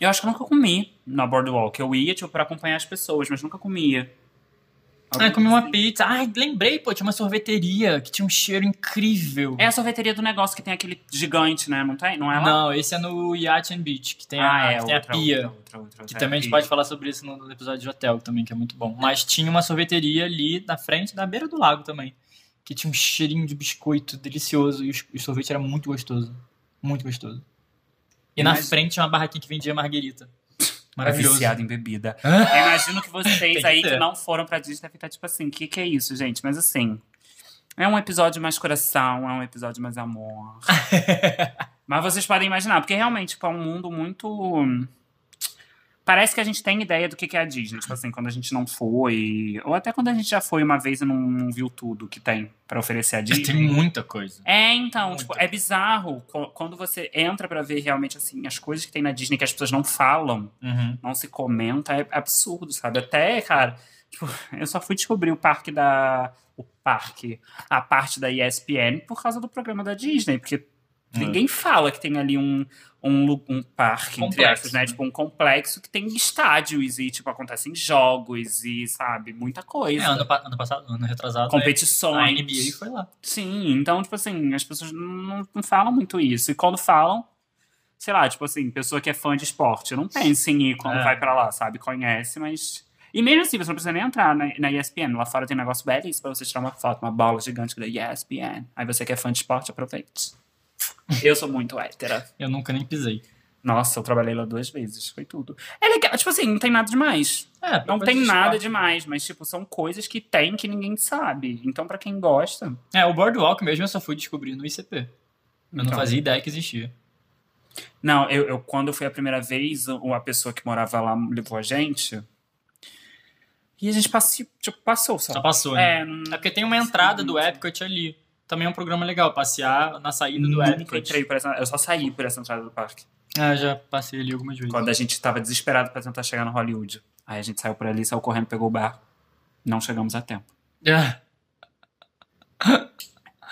S1: Eu acho que eu nunca comi na Boardwalk. Eu ia, tipo, pra acompanhar as pessoas, mas nunca comia.
S2: Ah, comi uma pizza. Ai, lembrei, pô, tinha uma sorveteria que tinha um cheiro incrível.
S1: É a sorveteria do negócio que tem aquele gigante, né? Não, tem? não é lá?
S2: Não, esse é no Yacht and Beach, que tem, a,
S1: ah, é,
S2: que tem a
S1: outra,
S2: pia.
S1: outra, outra, outra, É
S2: Que
S1: outra,
S2: também a gente
S1: pia.
S2: pode falar sobre isso no episódio de hotel também, que é muito bom. Mas tinha uma sorveteria ali na frente, na beira do lago também. Que tinha um cheirinho de biscoito delicioso e os- o sorvete era muito gostoso. Muito gostoso. E na
S1: Mas-
S2: frente tinha uma barraquinha que vendia marguerita.
S1: É
S2: Maravilhoso.
S1: viciado em bebida.
S2: Ah.
S1: Eu imagino que
S2: Tem
S1: vocês
S2: que
S1: aí que
S2: ter.
S1: não foram pra Disney devem estar tipo assim, o que, que é isso, gente? Mas assim, é um episódio mais coração, é um episódio mais amor. Mas vocês podem imaginar, porque realmente tipo, é um mundo muito... Parece que a gente tem ideia do que que é a Disney, tipo assim, quando a gente não foi, ou até quando a gente já foi uma vez e não, não viu tudo que tem pra oferecer a Disney.
S2: Tem muita coisa.
S1: É, então,
S2: Muito.
S1: tipo, é bizarro co- quando você entra pra ver realmente assim as coisas que tem na Disney que as pessoas não falam
S2: Uhum.
S1: não se comenta, é absurdo, sabe? Até, cara, tipo, eu só fui descobrir o parque da. O parque, a parte da ESPN por causa do programa da Disney, porque
S2: É.
S1: ninguém fala que tem ali um, um, lu- um parque, entre
S2: Complexo,
S1: aspas, né?
S2: né?
S1: Tipo, um complexo que tem estádios e, tipo, acontecem jogos e, sabe, muita
S2: É,
S1: coisa.
S2: ano, pa- ano passado, ano retrasado, né? a
S1: Competições.
S2: NBA foi lá.
S1: Sim, então, tipo assim, as pessoas não, não falam muito isso. E quando falam, sei lá, tipo assim, pessoa que é fã de esporte, não pensa em ir quando
S2: É.
S1: vai pra lá, sabe? Conhece, mas. E mesmo assim, você não precisa nem entrar na, na ESPN. Lá fora tem um negócio belíssimo pra você tirar uma foto, uma bola gigante da ESPN. Aí você que é fã de esporte, aproveite. Eu sou muito hétera.
S2: Eu nunca nem pisei.
S1: Nossa, eu trabalhei lá duas vezes, foi tudo. É legal, tipo assim, não tem nada demais.
S2: É,
S1: Não
S2: coisa
S1: tem
S2: de
S1: nada
S2: esporte.
S1: demais, mas, tipo, são coisas que tem que ninguém sabe. Então, pra quem gosta.
S2: É, o Boardwalk mesmo eu só fui descobrir no ICP. Eu não
S1: então.
S2: fazia ideia que existia.
S1: Não, eu, eu- quando eu fui a primeira vez, uma pessoa que morava lá levou a gente. E a gente passi, tipo, passou só.
S2: Só passou, né?
S1: É,
S2: É porque tem uma entrada do Epcot ali. Também é um programa legal, passear na saída do
S1: nunca
S2: Epcot.
S1: entrei por essa. Eu só saí por essa entrada do parque.
S2: Ah, já passei ali algumas vezes.
S1: Quando a gente tava desesperado pra tentar chegar no Hollywood. Aí a gente saiu por ali, saiu correndo, pegou o bar. Não chegamos a tempo.
S2: Ah,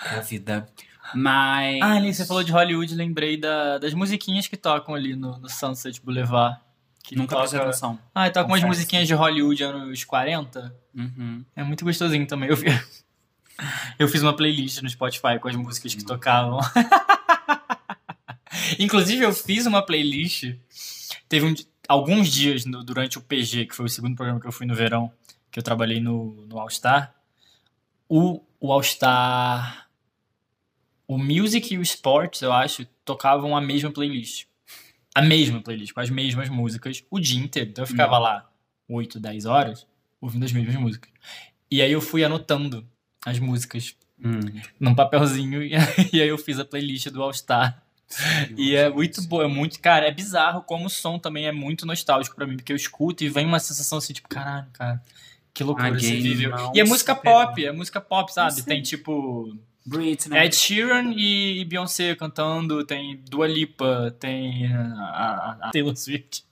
S1: É a vida. Mas.
S2: Ah, ali você falou de Hollywood, lembrei da- das musiquinhas que tocam ali no, no Sunset Boulevard. Que
S1: Nunca prestei
S2: toca...
S1: atenção.
S2: Ah, e toca umas
S1: Confesso.
S2: musiquinhas de Hollywood anos 40.
S1: Uhum.
S2: É muito gostosinho também. Eu, fi- eu fiz uma playlist no Spotify com as músicas que tocavam. Inclusive, eu fiz uma playlist. Teve um di- alguns dias no- durante o PG, que foi o segundo programa que eu fui no verão, que eu trabalhei no, no All Star. O, o All Star. O Music e o Sports, eu acho, tocavam a mesma playlist. A mesma playlist, com as mesmas músicas, o dia inteiro. Então eu ficava lá 8, 10 horas ouvindo as mesmas músicas. E aí eu fui anotando as músicas
S1: Hum.
S2: num papelzinho e aí eu fiz a playlist do All Star. E é muito boa, é muito, cara, é bizarro como o som também é muito nostálgico pra mim, porque eu escuto e vem uma sensação assim, tipo, caralho, cara, que loucura
S1: Ah,
S2: você
S1: gay,
S2: viveu.
S1: não,
S2: E é música
S1: super.
S2: pop, é música pop,
S1: Sim.
S2: sabe? Tem tipo
S1: Britney.
S2: Ed Sheeran e Beyoncé cantando, tem Dua Lipa, tem a, a- a Taylor Swift.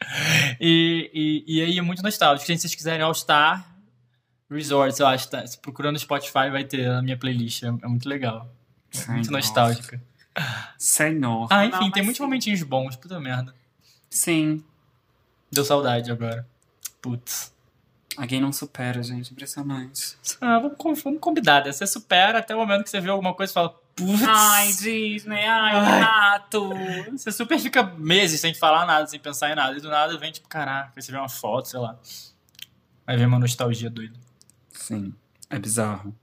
S2: E, e, e aí é muito nostálgico. Gente, se vocês quiserem All Star Resorts, eu acho, tá? Se procurando no Spotify vai ter a minha playlist, é, é muito legal. É
S1: Ai,
S2: muito
S1: nossa.
S2: nostálgica.
S1: Senhor.
S2: Ah, enfim,
S1: Não,
S2: tem
S1: mas
S2: muitos
S1: sim.
S2: momentinhos bons, puta merda.
S1: Sim.
S2: Deu saudade agora. Putz.
S1: Alguém não supera, gente. Impressionante.
S2: Ah, vamos, com- vamos combinar, né? Você supera até o momento que você vê alguma coisa e fala, putz.
S1: Ai, Disney, ai,
S2: Ai.
S1: Renato.
S2: Você super fica meses sem falar nada, sem pensar em nada. E do nada vem, tipo, caraca, aí você vê uma foto, sei lá. Aí vem uma nostalgia doida.
S1: Sim, é bizarro.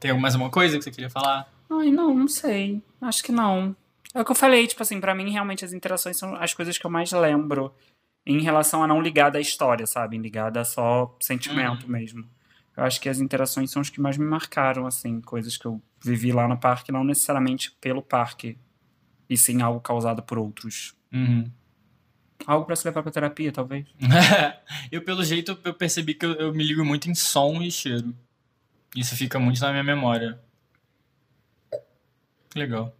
S2: Tem mais alguma coisa que você queria falar?
S1: Ai, não, não sei. Acho que não. É o que eu falei, tipo assim, pra mim realmente as interações são as coisas que eu mais lembro em relação a não ligada à história, sabe? Ligada a só sentimento mesmo. Eu acho que as interações são as que mais me marcaram, assim, coisas que eu vivi lá no parque, não necessariamente pelo parque, e sim algo causado por outros.
S2: Uhum.
S1: Algo pra se levar pra terapia, talvez.
S2: eu, pelo jeito, eu percebi que eu, eu me ligo muito em som e cheiro. Isso fica muito na minha memória. Que Legal.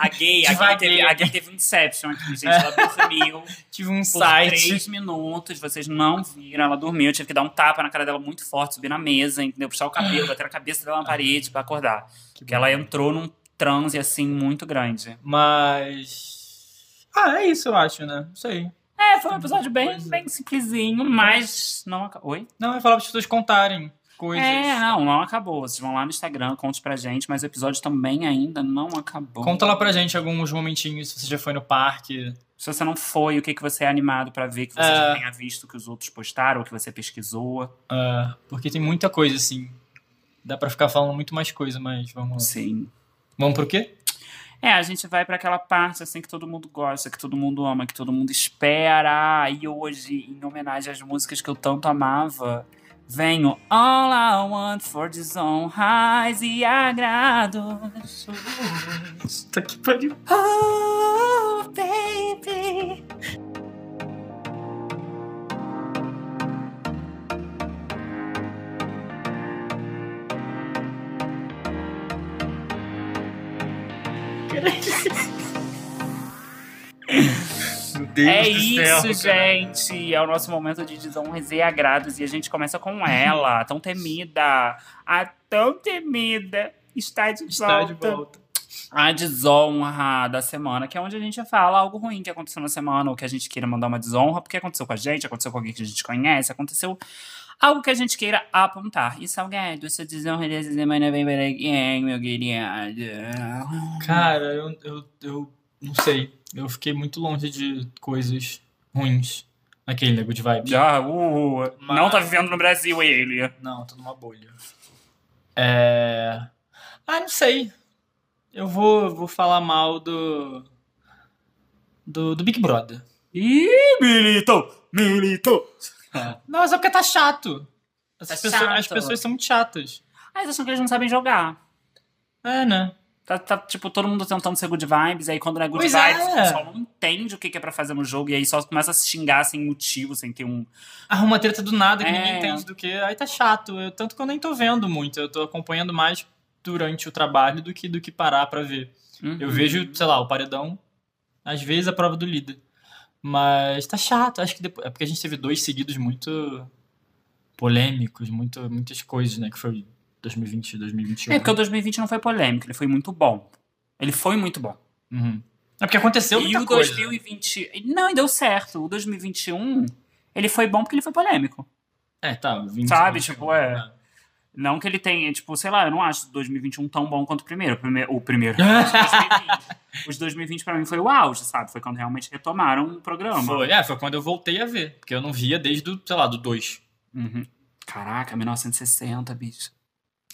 S1: a gay, a gay,
S2: Devaguei.
S1: teve, a gay teve um Inception aqui, gente. Ela dormiu
S2: Tive um
S1: por
S2: site.
S1: três minutos, vocês não viram. Ela dormiu, eu tive que dar um tapa na cara dela muito forte, subir na mesa, entendeu? Puxar o cabelo, bater a cabeça dela na parede pra acordar. Porque ela entrou num transe, assim, muito grande.
S2: Mas. Ah, é isso, eu acho, né? Isso aí.
S1: É, foi um episódio bem,
S2: Pois é.
S1: bem simplesinho, mas não acabou. Oi?
S2: Não, eu falava para as pessoas contarem coisas.
S1: É, não, não acabou. Vocês vão lá no Instagram, conte pra gente, mas o episódio também ainda não acabou.
S2: Conta lá pra gente alguns momentinhos, se você já foi no parque.
S1: Se você não foi, o que, que você é animado pra ver, que você
S2: É.
S1: já tenha visto que os outros postaram, ou que você pesquisou.
S2: Ah, porque tem muita coisa, assim. Dá pra ficar falando muito mais coisa, mas vamos lá.
S1: Sim.
S2: Vamos pro quê?
S1: É, a gente vai pra aquela parte assim que todo mundo gosta, que todo mundo ama, que todo mundo espera. Ah, E hoje, em homenagem às músicas que eu tanto amava, vem o All I Want for Desonrais e Agrados.
S2: Tá que pariu.
S1: Oh, baby.
S2: Meu Deus
S1: é
S2: do céu,
S1: isso,
S2: cara.
S1: gente. É o nosso momento de desonras e agrados. E a gente começa com ela, tão temida. A tão temida está de
S2: Está
S1: volta.
S2: de volta.
S1: A desonra da semana, que é onde a gente fala algo ruim que aconteceu na semana, ou que a gente queira mandar uma desonra, porque aconteceu com a gente, aconteceu com alguém que a gente conhece, aconteceu algo que a gente queira apontar. E salgado, essa desonra dessa semana vem para quem, meu querido?
S2: Cara, eu, eu, eu não sei. Eu fiquei muito longe de coisas ruins. Aquele nego de vibe.
S1: Já, uh, não
S2: Mas-
S1: tá vivendo no Brasil ele.
S2: Não, tô numa bolha. É. Ah, não sei. Eu vou, vou falar mal do. Do, do Big Brother.
S1: Ih, militou, militou.
S2: Não, mas é porque tá chato. Essas
S1: Tá
S2: pessoas, As
S1: chato.
S2: pessoas são muito chatas.
S1: Ah, eles acham que eles não sabem jogar.
S2: É, né?
S1: Tá, tá, tipo, todo mundo tentando ser good vibes, aí quando não é good
S2: Pois
S1: vibes,
S2: é.
S1: o pessoal não entende o que que é pra fazer no jogo, e aí só começa a se xingar sem motivo, sem ter um.
S2: Arruma treta do nada que
S1: É.
S2: ninguém entende do que. Aí tá chato. Eu- tanto que eu nem tô vendo muito. Eu tô acompanhando mais durante o trabalho do que, do que parar pra ver. Eu
S1: Uhum.
S2: vejo, sei lá, o paredão, às vezes a prova do líder. Mas tá chato, acho que depois. É porque a gente teve dois seguidos muito polêmicos, muito, muitas coisas, né? Que foi 2020 e 2021.
S1: É porque o 2020 não foi polêmico, ele foi muito bom. Ele foi muito bom.
S2: Uhum. É porque aconteceu
S1: e
S2: muita
S1: o
S2: coisa.
S1: 2020. Não, e deu certo. O 2021, ele foi bom porque ele foi polêmico.
S2: É, tá, 20,
S1: Sabe, tipo, é. Não que ele tenha, tipo, sei lá, eu não acho o 2021 tão bom quanto o primeiro. O prime- O primeiro. 2020. Os 2020 pra mim foi o auge, sabe? Foi quando realmente retomaram o programa.
S2: Foi, é, foi quando eu voltei a ver. Porque eu não via desde, o, sei lá, do 2.
S1: Uhum. Caraca, 1960, bicho.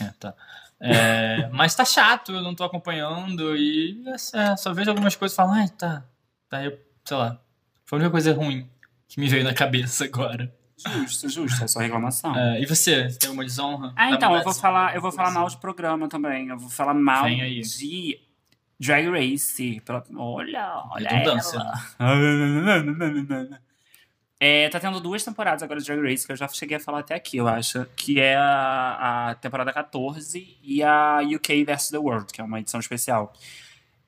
S2: É, tá. É, mas tá chato, eu não tô acompanhando e é, só vejo algumas coisas e falo, ai, tá. Daí eu, sei lá. Foi a única coisa ruim que me veio na cabeça agora.
S1: Justo, justo, é só reclamação.
S2: É, e você, você tem alguma desonra?
S1: Ah,
S2: Dá
S1: então, eu
S2: vontade
S1: vou
S2: de-
S1: falar, eu vou falar mal de programa também. Eu vou falar mal
S2: Vem aí.
S1: de Drag Race. Pela... Olha, olha
S2: Redundância.
S1: ela. É, tá tendo duas temporadas agora de Drag Race, que eu já cheguei a falar até aqui, eu acho. Que é a, a temporada 14 e a UK vs The World, que é uma edição especial.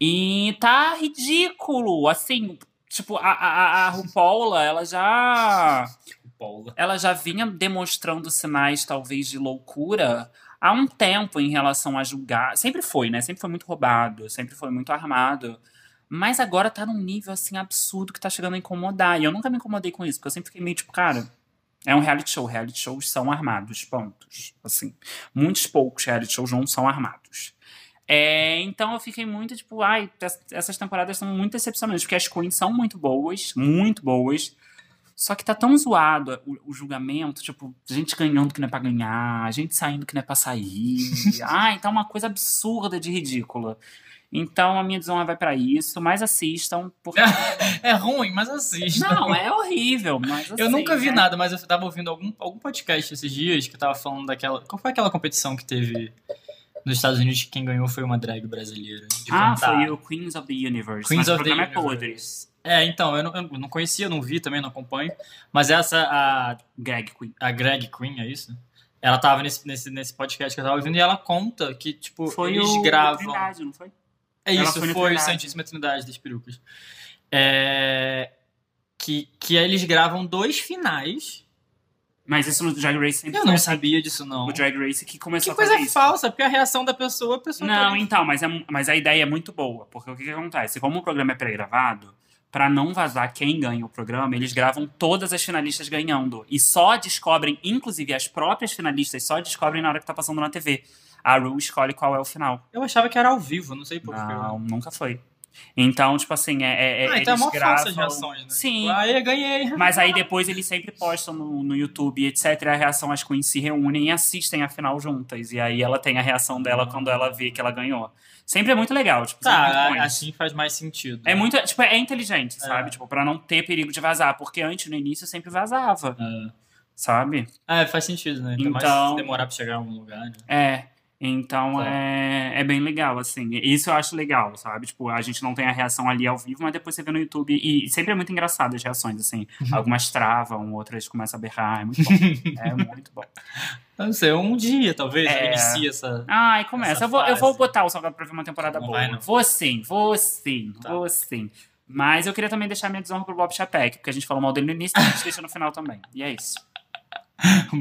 S1: E tá ridículo, assim... Tipo, a, a, a- a RuPaula, ela já
S2: Paula.
S1: ela já vinha demonstrando sinais, talvez, de loucura há um tempo em relação a julgar. Sempre foi, né? Sempre foi muito roubado, sempre foi muito armado. Mas agora tá num nível, assim, absurdo que tá chegando a incomodar. E eu nunca me incomodei com isso, porque eu sempre fiquei meio tipo, cara. É um reality show. Reality shows são armados, pontos. Assim, muitos poucos reality shows não são armados. É, então eu fiquei muito tipo, ai, ess- essas temporadas são muito decepcionantes, porque as queens são muito boas, muito boas. Só que tá tão zoado o, o julgamento, tipo, gente ganhando que não é pra ganhar, gente saindo que não é pra sair. ai, tá uma coisa absurda de ridícula. Então a minha desonra vai pra isso, mas assistam, porque.
S2: É ruim, mas assiste.
S1: não, assim, né? é horrível, mas é.
S2: Eu nunca vi
S1: nada.
S2: nada, mas eu tava ouvindo algum, algum podcast esses dias que tava falando daquela. Qual foi aquela competição que teve nos Estados Unidos que quem ganhou foi uma drag brasileira? de
S1: Ah,
S2: cantar?
S1: foi o Queens of the Universe. mas
S2: Queens of
S1: o
S2: the
S1: programa é
S2: Universe.
S1: podre.
S2: É, então, eu não, eu não conhecia, não vi também, não acompanho. Mas essa, a,
S1: Greg Queen.
S2: a Greg Queen, é isso? Ela tava nesse, nesse, nesse podcast que eu tava ouvindo e ela conta que, tipo,
S1: Foi
S2: eles
S1: o
S2: gravam.
S1: Trindade, não foi?
S2: É
S1: Ela
S2: isso,
S1: foi
S2: foi,
S1: no
S2: o
S1: Trindade.
S2: Santíssima Trindade das Perucas. É, Que, que eles gravam dois finais.
S1: Mas isso no Drag Race sempre
S2: Eu
S1: foi
S2: não
S1: assim.
S2: sabia disso, não.
S1: O Drag Race que começou
S2: Que
S1: a fazer
S2: coisa
S1: isso.
S2: falsa, porque a reação da pessoa, a pessoa
S1: Não,
S2: tá-
S1: então, mas, é, mas a ideia é muito boa. Porque o que, que acontece? Como o programa é pré-gravado, pra não vazar quem ganha o programa, eles gravam todas as finalistas ganhando. E só descobrem, inclusive as próprias finalistas, só descobrem na hora que tá passando na TV. A Ru escolhe qual é o final.
S2: Eu achava que era ao vivo, não sei porquê.
S1: Não, nunca foi. Então, tipo assim, é. é-
S2: Ah,
S1: é-
S2: então é
S1: eles
S2: uma falsa de
S1: gravam-
S2: reações, né?
S1: Sim.
S2: Tipo, ah, eu ganhei.
S1: Mas aí depois eles sempre postam no, no YouTube, etc. A reação, as queens se reúnem e assistem a final juntas. E aí ela tem a reação dela quando ela vê que ela ganhou. Sempre é muito legal, tipo, sempre
S2: Tá,
S1: muito bom isso.
S2: assim faz mais sentido.
S1: É muito, tipo, é inteligente, sabe? Tipo, pra não ter perigo de vazar. Porque antes, no início, sempre vazava,
S2: É.
S1: sabe?
S2: Ah, faz sentido, né? Ainda mais
S1: Então-
S2: se demorar pra chegar a algum lugar, né?
S1: É. Então
S2: Tá.
S1: é, é bem legal, assim. Isso eu acho legal, sabe? Tipo, a gente não tem a reação ali ao vivo, mas depois você vê no YouTube. E sempre é muito engraçado as reações, assim.
S2: Uhum.
S1: Algumas travam, outras começam a berrar. É muito bom. é muito bom.
S2: Eu Não sei, um dia talvez
S1: É.
S2: inicia essa.
S1: Ai, começa.
S2: Essa
S1: Eu vou, eu vou
S2: fase.
S1: botar o Salgado pra ver uma temporada
S2: Não
S1: boa.
S2: vai, não.
S1: Vou sim, vou sim,
S2: Tá.
S1: vou sim. Mas eu queria também deixar minha desonra pro Bob Chapek, porque a gente falou mal dele no início, mas a gente deixa no final também. E é isso.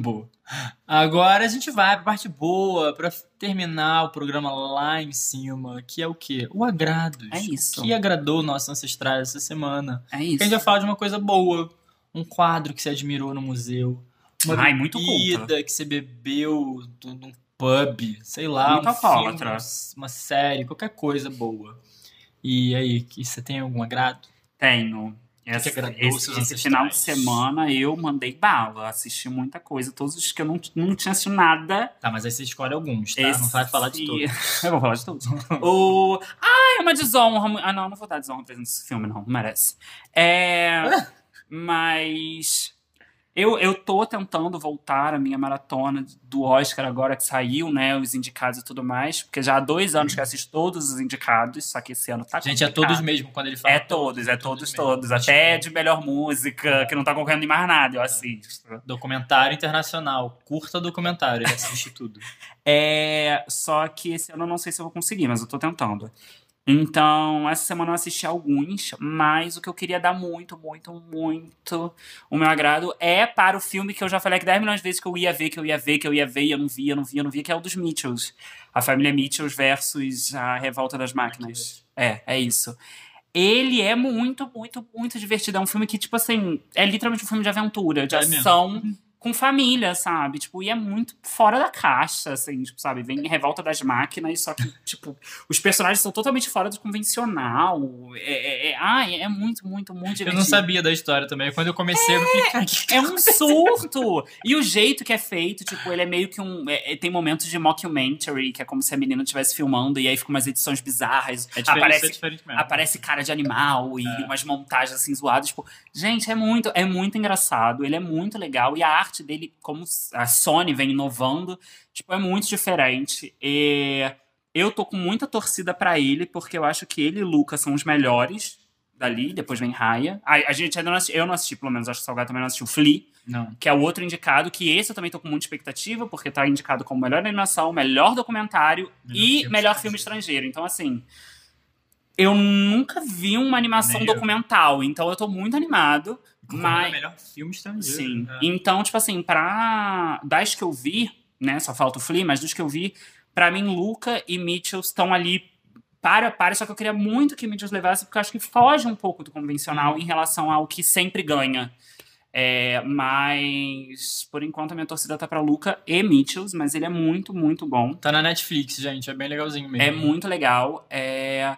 S2: Boa. Agora a gente vai pra parte boa, pra terminar o programa lá em cima, que é o quê? O agrados.
S1: É isso.
S2: O que agradou nossos ancestrais essa semana?
S1: É
S2: Que a gente
S1: isso.
S2: vai falar de uma coisa boa. Um quadro que você admirou no museu. Uma
S1: Ai, muito
S2: bebida
S1: culta.
S2: que você bebeu do- num pub, sei lá,
S1: Muito
S2: um filme,
S1: alcoólatra.
S2: uma série, qualquer coisa boa. E aí, que você tem algum agrado?
S1: Tenho. Essa-
S2: agradou seus
S1: esse, esse
S2: ancestrais?
S1: final de semana eu mandei bala, assisti muita coisa, todos os que eu não, não tinha assistido nada.
S2: Tá, mas aí você escolhe alguns, tá?
S1: Esse-
S2: Não vai falar de tudo.
S1: eu vou falar de todos. o... Ai, é uma desonra. mu- Ah, não, não vou dar desonra pra esse filme, não, não merece. É. Mas. Eu, eu tô tentando voltar à minha maratona do Oscar agora que saiu, né? Os indicados e tudo mais. Porque já há dois anos que eu assisto todos os indicados, só que esse ano tá
S2: Gente, é
S1: complicado.
S2: todos mesmo quando ele fala.
S1: É todos, é todos,
S2: mesmo.
S1: todos. Até de melhor música, que não tá concorrendo em mais nada, eu
S2: É.
S1: assisto.
S2: Documentário internacional, curta documentário, ele assiste tudo.
S1: É, só que esse ano eu não sei se eu vou conseguir, mas eu tô tentando. Então, essa semana eu assisti alguns, mas o que eu queria dar muito, muito, muito o meu agrado é para o filme que eu já falei aqui 10 milhões de vezes que eu ia ver, que eu ia ver, que eu ia ver, e eu não via, não via, não via, que é o dos Mitchells. A família Mitchells versus a Revolta das Máquinas. É, é isso. Ele é muito, muito, muito divertido. É um filme que, tipo assim, é literalmente um filme de aventura, de
S2: É mesmo.
S1: ação com família, sabe? Tipo, e é muito fora da caixa, assim, tipo, sabe? Vem Revolta das Máquinas, só que, tipo, os personagens são totalmente fora do convencional. É, é, é, ai, é muito, muito, muito divertido.
S2: Eu não sabia da história também. Quando eu comecei, eu fiquei. "Cara, que-
S1: É um surto! E o jeito que é feito, tipo, ele é meio que um. é- é- tem momentos de mockumentary, que é como se a menina estivesse filmando, e aí fica umas edições bizarras.
S2: É diferente,
S1: aparece
S2: é diferente mesmo.
S1: aparece cara de animal e umas montagens assim zoadas. Tipo, gente, é muito, é muito engraçado. Ele é muito legal. E a arte dele, como a Sony vem inovando, tipo, é muito diferente. E eu tô com muita torcida pra ele, porque eu acho que ele e Luca são os melhores dali. Depois vem Raya. A, a gente ainda não assisti, eu não assisti, pelo menos, acho que o Salgado também não assistiu. Flea
S2: Não.
S1: que é o outro indicado, que esse eu também tô com muita expectativa, porque tá indicado como melhor animação, melhor documentário
S2: Melhor
S1: e
S2: filme
S1: melhor filme estrangeiro. Então, assim, eu nunca vi uma animação
S2: Nem eu.
S1: documental, então eu tô muito animado.
S2: Mas...
S1: Mas,
S2: É melhor filme estrangeiro.
S1: Sim.
S2: né?
S1: Então, tipo assim, pra. Das que eu vi, né? Só falta o Flea, mas dos que eu vi, pra mim, Luca e Mitchell estão ali para a para, só que eu queria muito que Mitchell levasse, porque eu acho que foge um pouco do convencional em relação ao que sempre ganha. É, mas por enquanto a minha torcida tá pra Luca e Mitchells, mas ele é muito, muito bom.
S2: Tá na Netflix, gente. É bem legalzinho mesmo.
S1: É muito legal. É,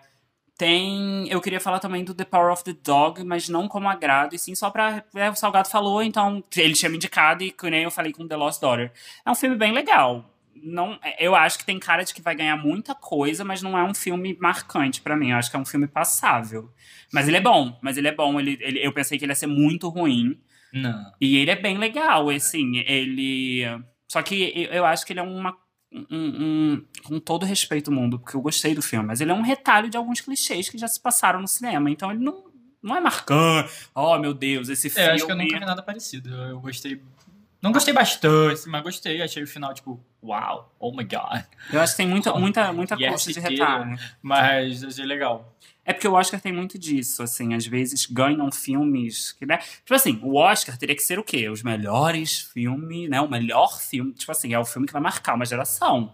S1: Tem. Eu queria falar também do The Power of the Dog, mas não como agrado, e sim só pra. é, o Salgado falou, então ele tinha me indicado e que nem eu falei com The Lost Daughter. É um filme bem legal. Não, é, eu acho que tem cara de que vai ganhar muita coisa, mas não é um filme marcante pra mim. Eu acho que é um filme passável. Mas ele é bom, mas ele é bom. Ele, ele- eu pensei que ele ia ser muito ruim.
S2: Não.
S1: E ele é bem legal, assim, ele. Só que eu- eu acho que ele é uma. um- um- com todo o respeito ao mundo, porque eu gostei do filme, mas ele é um retalho de alguns clichês que já se passaram no cinema. Então ele não, não é marcante. Oh, meu Deus, esse
S2: É,
S1: filme.
S2: acho que eu nunca vi nada parecido. Eu, eu gostei Não gostei bastante, assim, mas gostei. Achei o final, tipo, uau, oh my god.
S1: Eu acho que tem muita, muita, muita
S2: Yes,
S1: coxa de
S2: inteiro.
S1: retalho.
S2: Mas achei legal.
S1: É porque o Oscar tem muito disso, assim, às vezes ganham filmes que, né? Tipo assim, o Oscar teria que ser o quê? Os melhores filmes, né? O melhor filme, tipo assim, é o filme que vai marcar uma geração,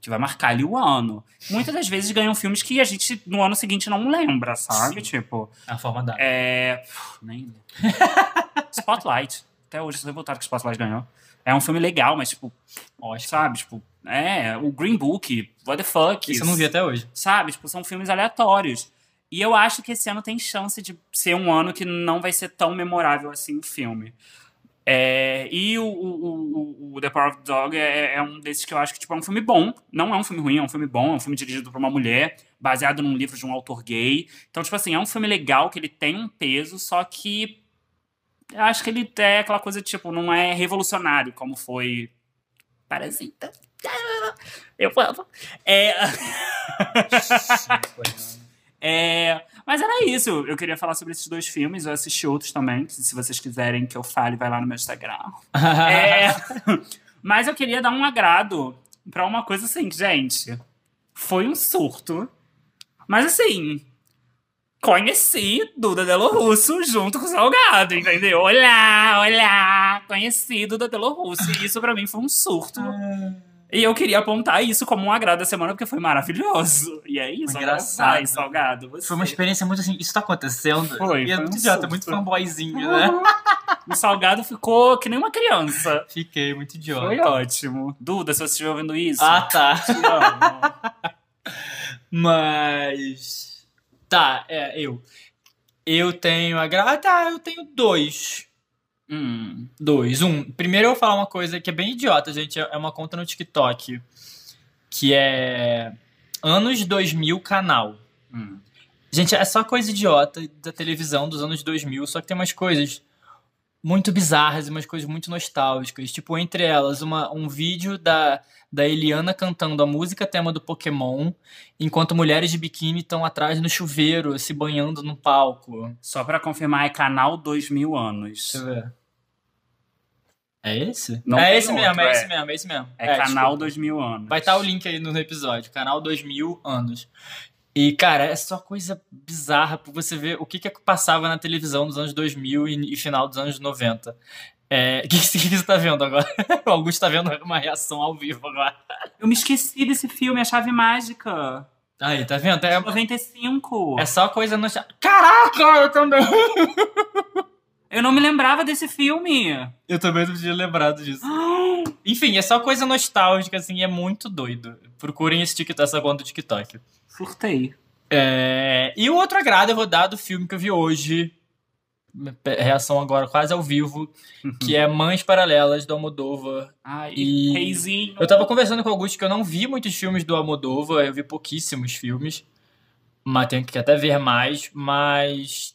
S1: que vai marcar ali o ano. Muitas das vezes ganham filmes que a gente no ano seguinte não lembra, sabe?
S2: Sim.
S1: Tipo,
S2: A forma da.
S1: é. Uf, Nem. Spotlight. Até hoje vocês voltaram que Spotlight ganhou. É um filme legal, mas, tipo,
S2: Oscar.
S1: sabe? Tipo, é. O Green Book, What the fuck.
S2: Isso eu não vi até hoje.
S1: sabe? Tipo, são filmes aleatórios. E eu acho que esse ano tem chance de ser um ano que não vai ser tão memorável assim o filme. É, e o, o- o- o The Power of the Dog é, é um desses que eu acho que tipo, é um filme bom. Não é um filme ruim, é um filme bom. É um filme dirigido por uma mulher, baseado num livro de um autor gay. Então, tipo assim, é um filme legal, que ele tem um peso, só que eu acho que ele é aquela coisa, tipo, não é revolucionário, como foi Parasita. Eu amo. É... É, mas era isso. Eu queria falar sobre esses dois filmes. Eu assisti outros também. que Se vocês quiserem que eu fale, vai lá no meu Instagram. É, mas eu queria dar um agrado pra uma coisa assim, gente. Foi um surto. Mas assim, conheci Duda Delo Russo junto com o Salgado, entendeu? Olá, olá! Conheci Duda Delo Russo. E isso pra mim foi um surto. E eu queria apontar isso como um agrado da semana, porque foi maravilhoso. E é isso. agora
S2: Engraçado.
S1: vai, Salgado. Você.
S2: Foi uma experiência muito assim, isso tá acontecendo?
S1: Foi,
S2: E
S1: foi um
S2: é muito
S1: Uhum.
S2: idiota,
S1: susto.
S2: muito fanboyzinho, né?
S1: O Salgado ficou que nem uma criança.
S2: Fiquei muito idiota.
S1: Foi ótimo. Duda, se você estiver ouvindo isso,
S2: Ah, tá.
S1: te amo.
S2: Mas. Tá, é, eu. Eu tenho a gra... Ah, tá, eu tenho dois.
S1: Hum.
S2: Dois. Um. Primeiro eu vou falar uma coisa que é bem idiota, gente. É é uma conta no TikTok. Que é. Anos 2000 canal.
S1: Hum.
S2: Gente, é só coisa idiota da televisão dos anos 2000, só que tem umas coisas muito bizarras e umas coisas muito nostálgicas. Tipo, entre elas, uma- um vídeo da, da Eliana cantando a música tema do Pokémon, enquanto mulheres de biquíni estão atrás no chuveiro, se banhando no palco.
S1: Só pra confirmar, é canal 2000 anos.
S2: Deixa eu ver. É esse?
S1: Não
S2: é
S1: tem
S2: esse mesmo,
S1: outro,
S2: é
S1: é.
S2: esse mesmo, é esse mesmo.
S1: É, canal
S2: desculpa.
S1: 2000 anos.
S2: Vai estar o link aí no episódio, canal 2000 anos. E, cara, é só coisa bizarra pra você ver o que que passava na televisão nos anos 2000 e, e final dos anos 90. É, o que, que você tá vendo agora? O Augusto tá vendo uma reação ao vivo agora.
S1: Eu me esqueci desse filme, A Chave Mágica.
S2: Aí, tá vendo? É,
S1: 95.
S2: é só coisa no... Caraca, eu também...
S1: Eu não me lembrava desse filme.
S2: Eu também não tinha lembrado disso.
S1: Ah,
S2: Enfim, é só coisa nostálgica, assim, e é muito doido. Procurem esse TikTok, essa conta do TikTok.
S1: Surtei.
S2: É, e o outro agrado eu vou dar do filme que eu vi hoje, reação agora quase ao vivo, que é Mães Paralelas do Almodóvar.
S1: Ai,
S2: E-
S1: reizinho.
S2: Eu tava conversando com o Augusto que eu não vi muitos filmes do Almodóvar, eu vi pouquíssimos filmes, mas tenho que até ver mais, mas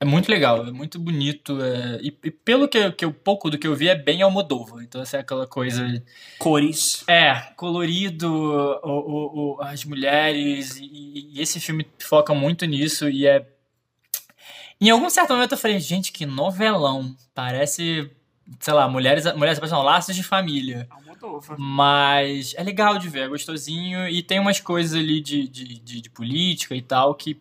S2: é muito legal, é muito bonito, é- e, e pelo que, que eu, pouco do que eu vi é bem Almodóvar, então essa é aquela coisa
S1: Cores.
S2: é, colorido, o- o- o- as mulheres, e, e esse filme foca muito nisso, e é. Em algum certo momento eu falei, gente, que novelão. Parece, sei lá, mulheres, mulheres apaixonam laços de família.
S1: Almodóvar.
S2: Mas é legal de ver, é gostosinho, e tem umas coisas ali de, de, de- de política e tal que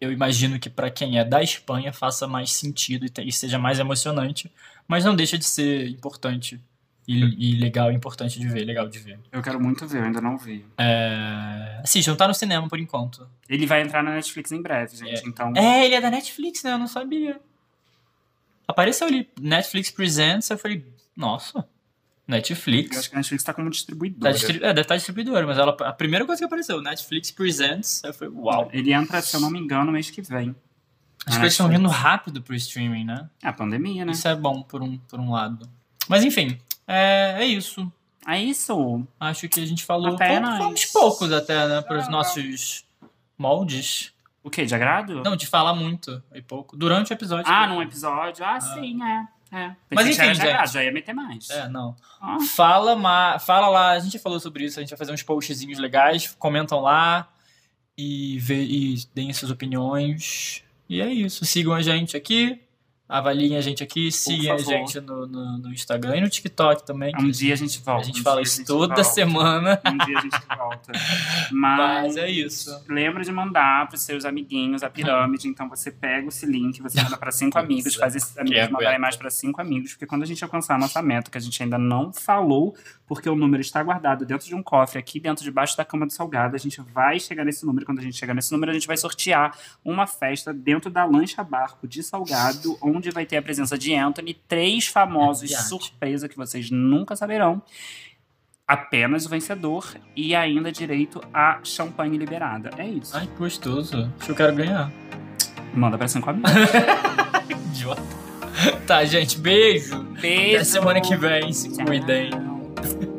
S2: eu imagino que pra quem é da Espanha faça mais sentido e, te- e seja mais emocionante, mas não deixa de ser importante. E, e legal, importante de ver, legal de ver.
S1: Eu quero muito ver, eu ainda não vi.
S2: É... Assiste, não tá no cinema por enquanto.
S1: Ele vai entrar na Netflix em breve, gente. Então,
S2: É, ele é da Netflix, né? Eu não sabia. Apareceu ali, Netflix Presents, eu falei, nossa,
S1: eu acho
S2: Netflix.
S1: que a Netflix tá como
S2: Tá
S1: distribuidora.
S2: distri... é, deve estar distribuidora, mas ela... a primeira coisa que apareceu, Netflix Presents, eu falei, uau.
S1: Ele entra, se eu não me engano, mês que vem.
S2: As
S1: Ah,
S2: coisas estão
S1: sim.
S2: vindo rápido pro streaming, né?
S1: É a pandemia, né?
S2: Isso é bom por um, por um lado. Mas enfim, é, é isso.
S1: É isso.
S2: Acho que a gente falou.
S1: Até
S2: fomos,
S1: nós.
S2: fomos poucos até, né? Para os
S1: Não, não.
S2: nossos moldes.
S1: O quê? De agrado?
S2: Não, de falar muito e pouco. Durante o episódio.
S1: Ah, num episódio? Ah, sim, é. é.
S2: Mas
S1: Pensei que já era
S2: enfim,
S1: de
S2: gente.
S1: agrado, já ia meter mais.
S2: É, não.
S1: Ah.
S2: Fala, ma... Fala lá, a gente já falou sobre isso, a gente vai fazer uns postzinhos legais, comentam lá e, vê... e deem suas opiniões. E é isso. Sigam a gente aqui Avaliem a gente aqui, sigam a
S1: favor.
S2: gente no, no- no Instagram e no TikTok também. que
S1: Um dia a gente volta.
S2: a gente
S1: um
S2: fala
S1: dia
S2: isso
S1: gente
S2: toda
S1: volta.
S2: semana.
S1: Um dia a gente volta.
S2: Mas
S1: Mas
S2: é isso.
S1: lembra de mandar pros seus amiguinhos a pirâmide. Então você pega esse link, você manda para cinco amigos, faz esses amigos
S2: é. aguenta.
S1: mandarem mais para cinco amigos, porque quando a gente alcançar a nossa meta, que a gente ainda não falou, porque o número está guardado dentro de um cofre, aqui dentro debaixo da cama do salgado, a gente vai chegar nesse número. Quando a gente chegar nesse número, a gente vai sortear uma festa dentro da lancha barco de salgado, onde vai ter a presença de Anthony, três famosos
S2: Verdade.
S1: surpresa que vocês nunca saberão apenas o vencedor e ainda direito a champanhe liberada. É isso.
S2: Ai, que gostoso. Acho que eu quero ganhar.
S1: Manda pra cinco amigos.
S2: Idiota. Tá, gente, beijo.
S1: Beijo.
S2: Até semana que vem. Se
S1: Tchau.
S2: cuidem.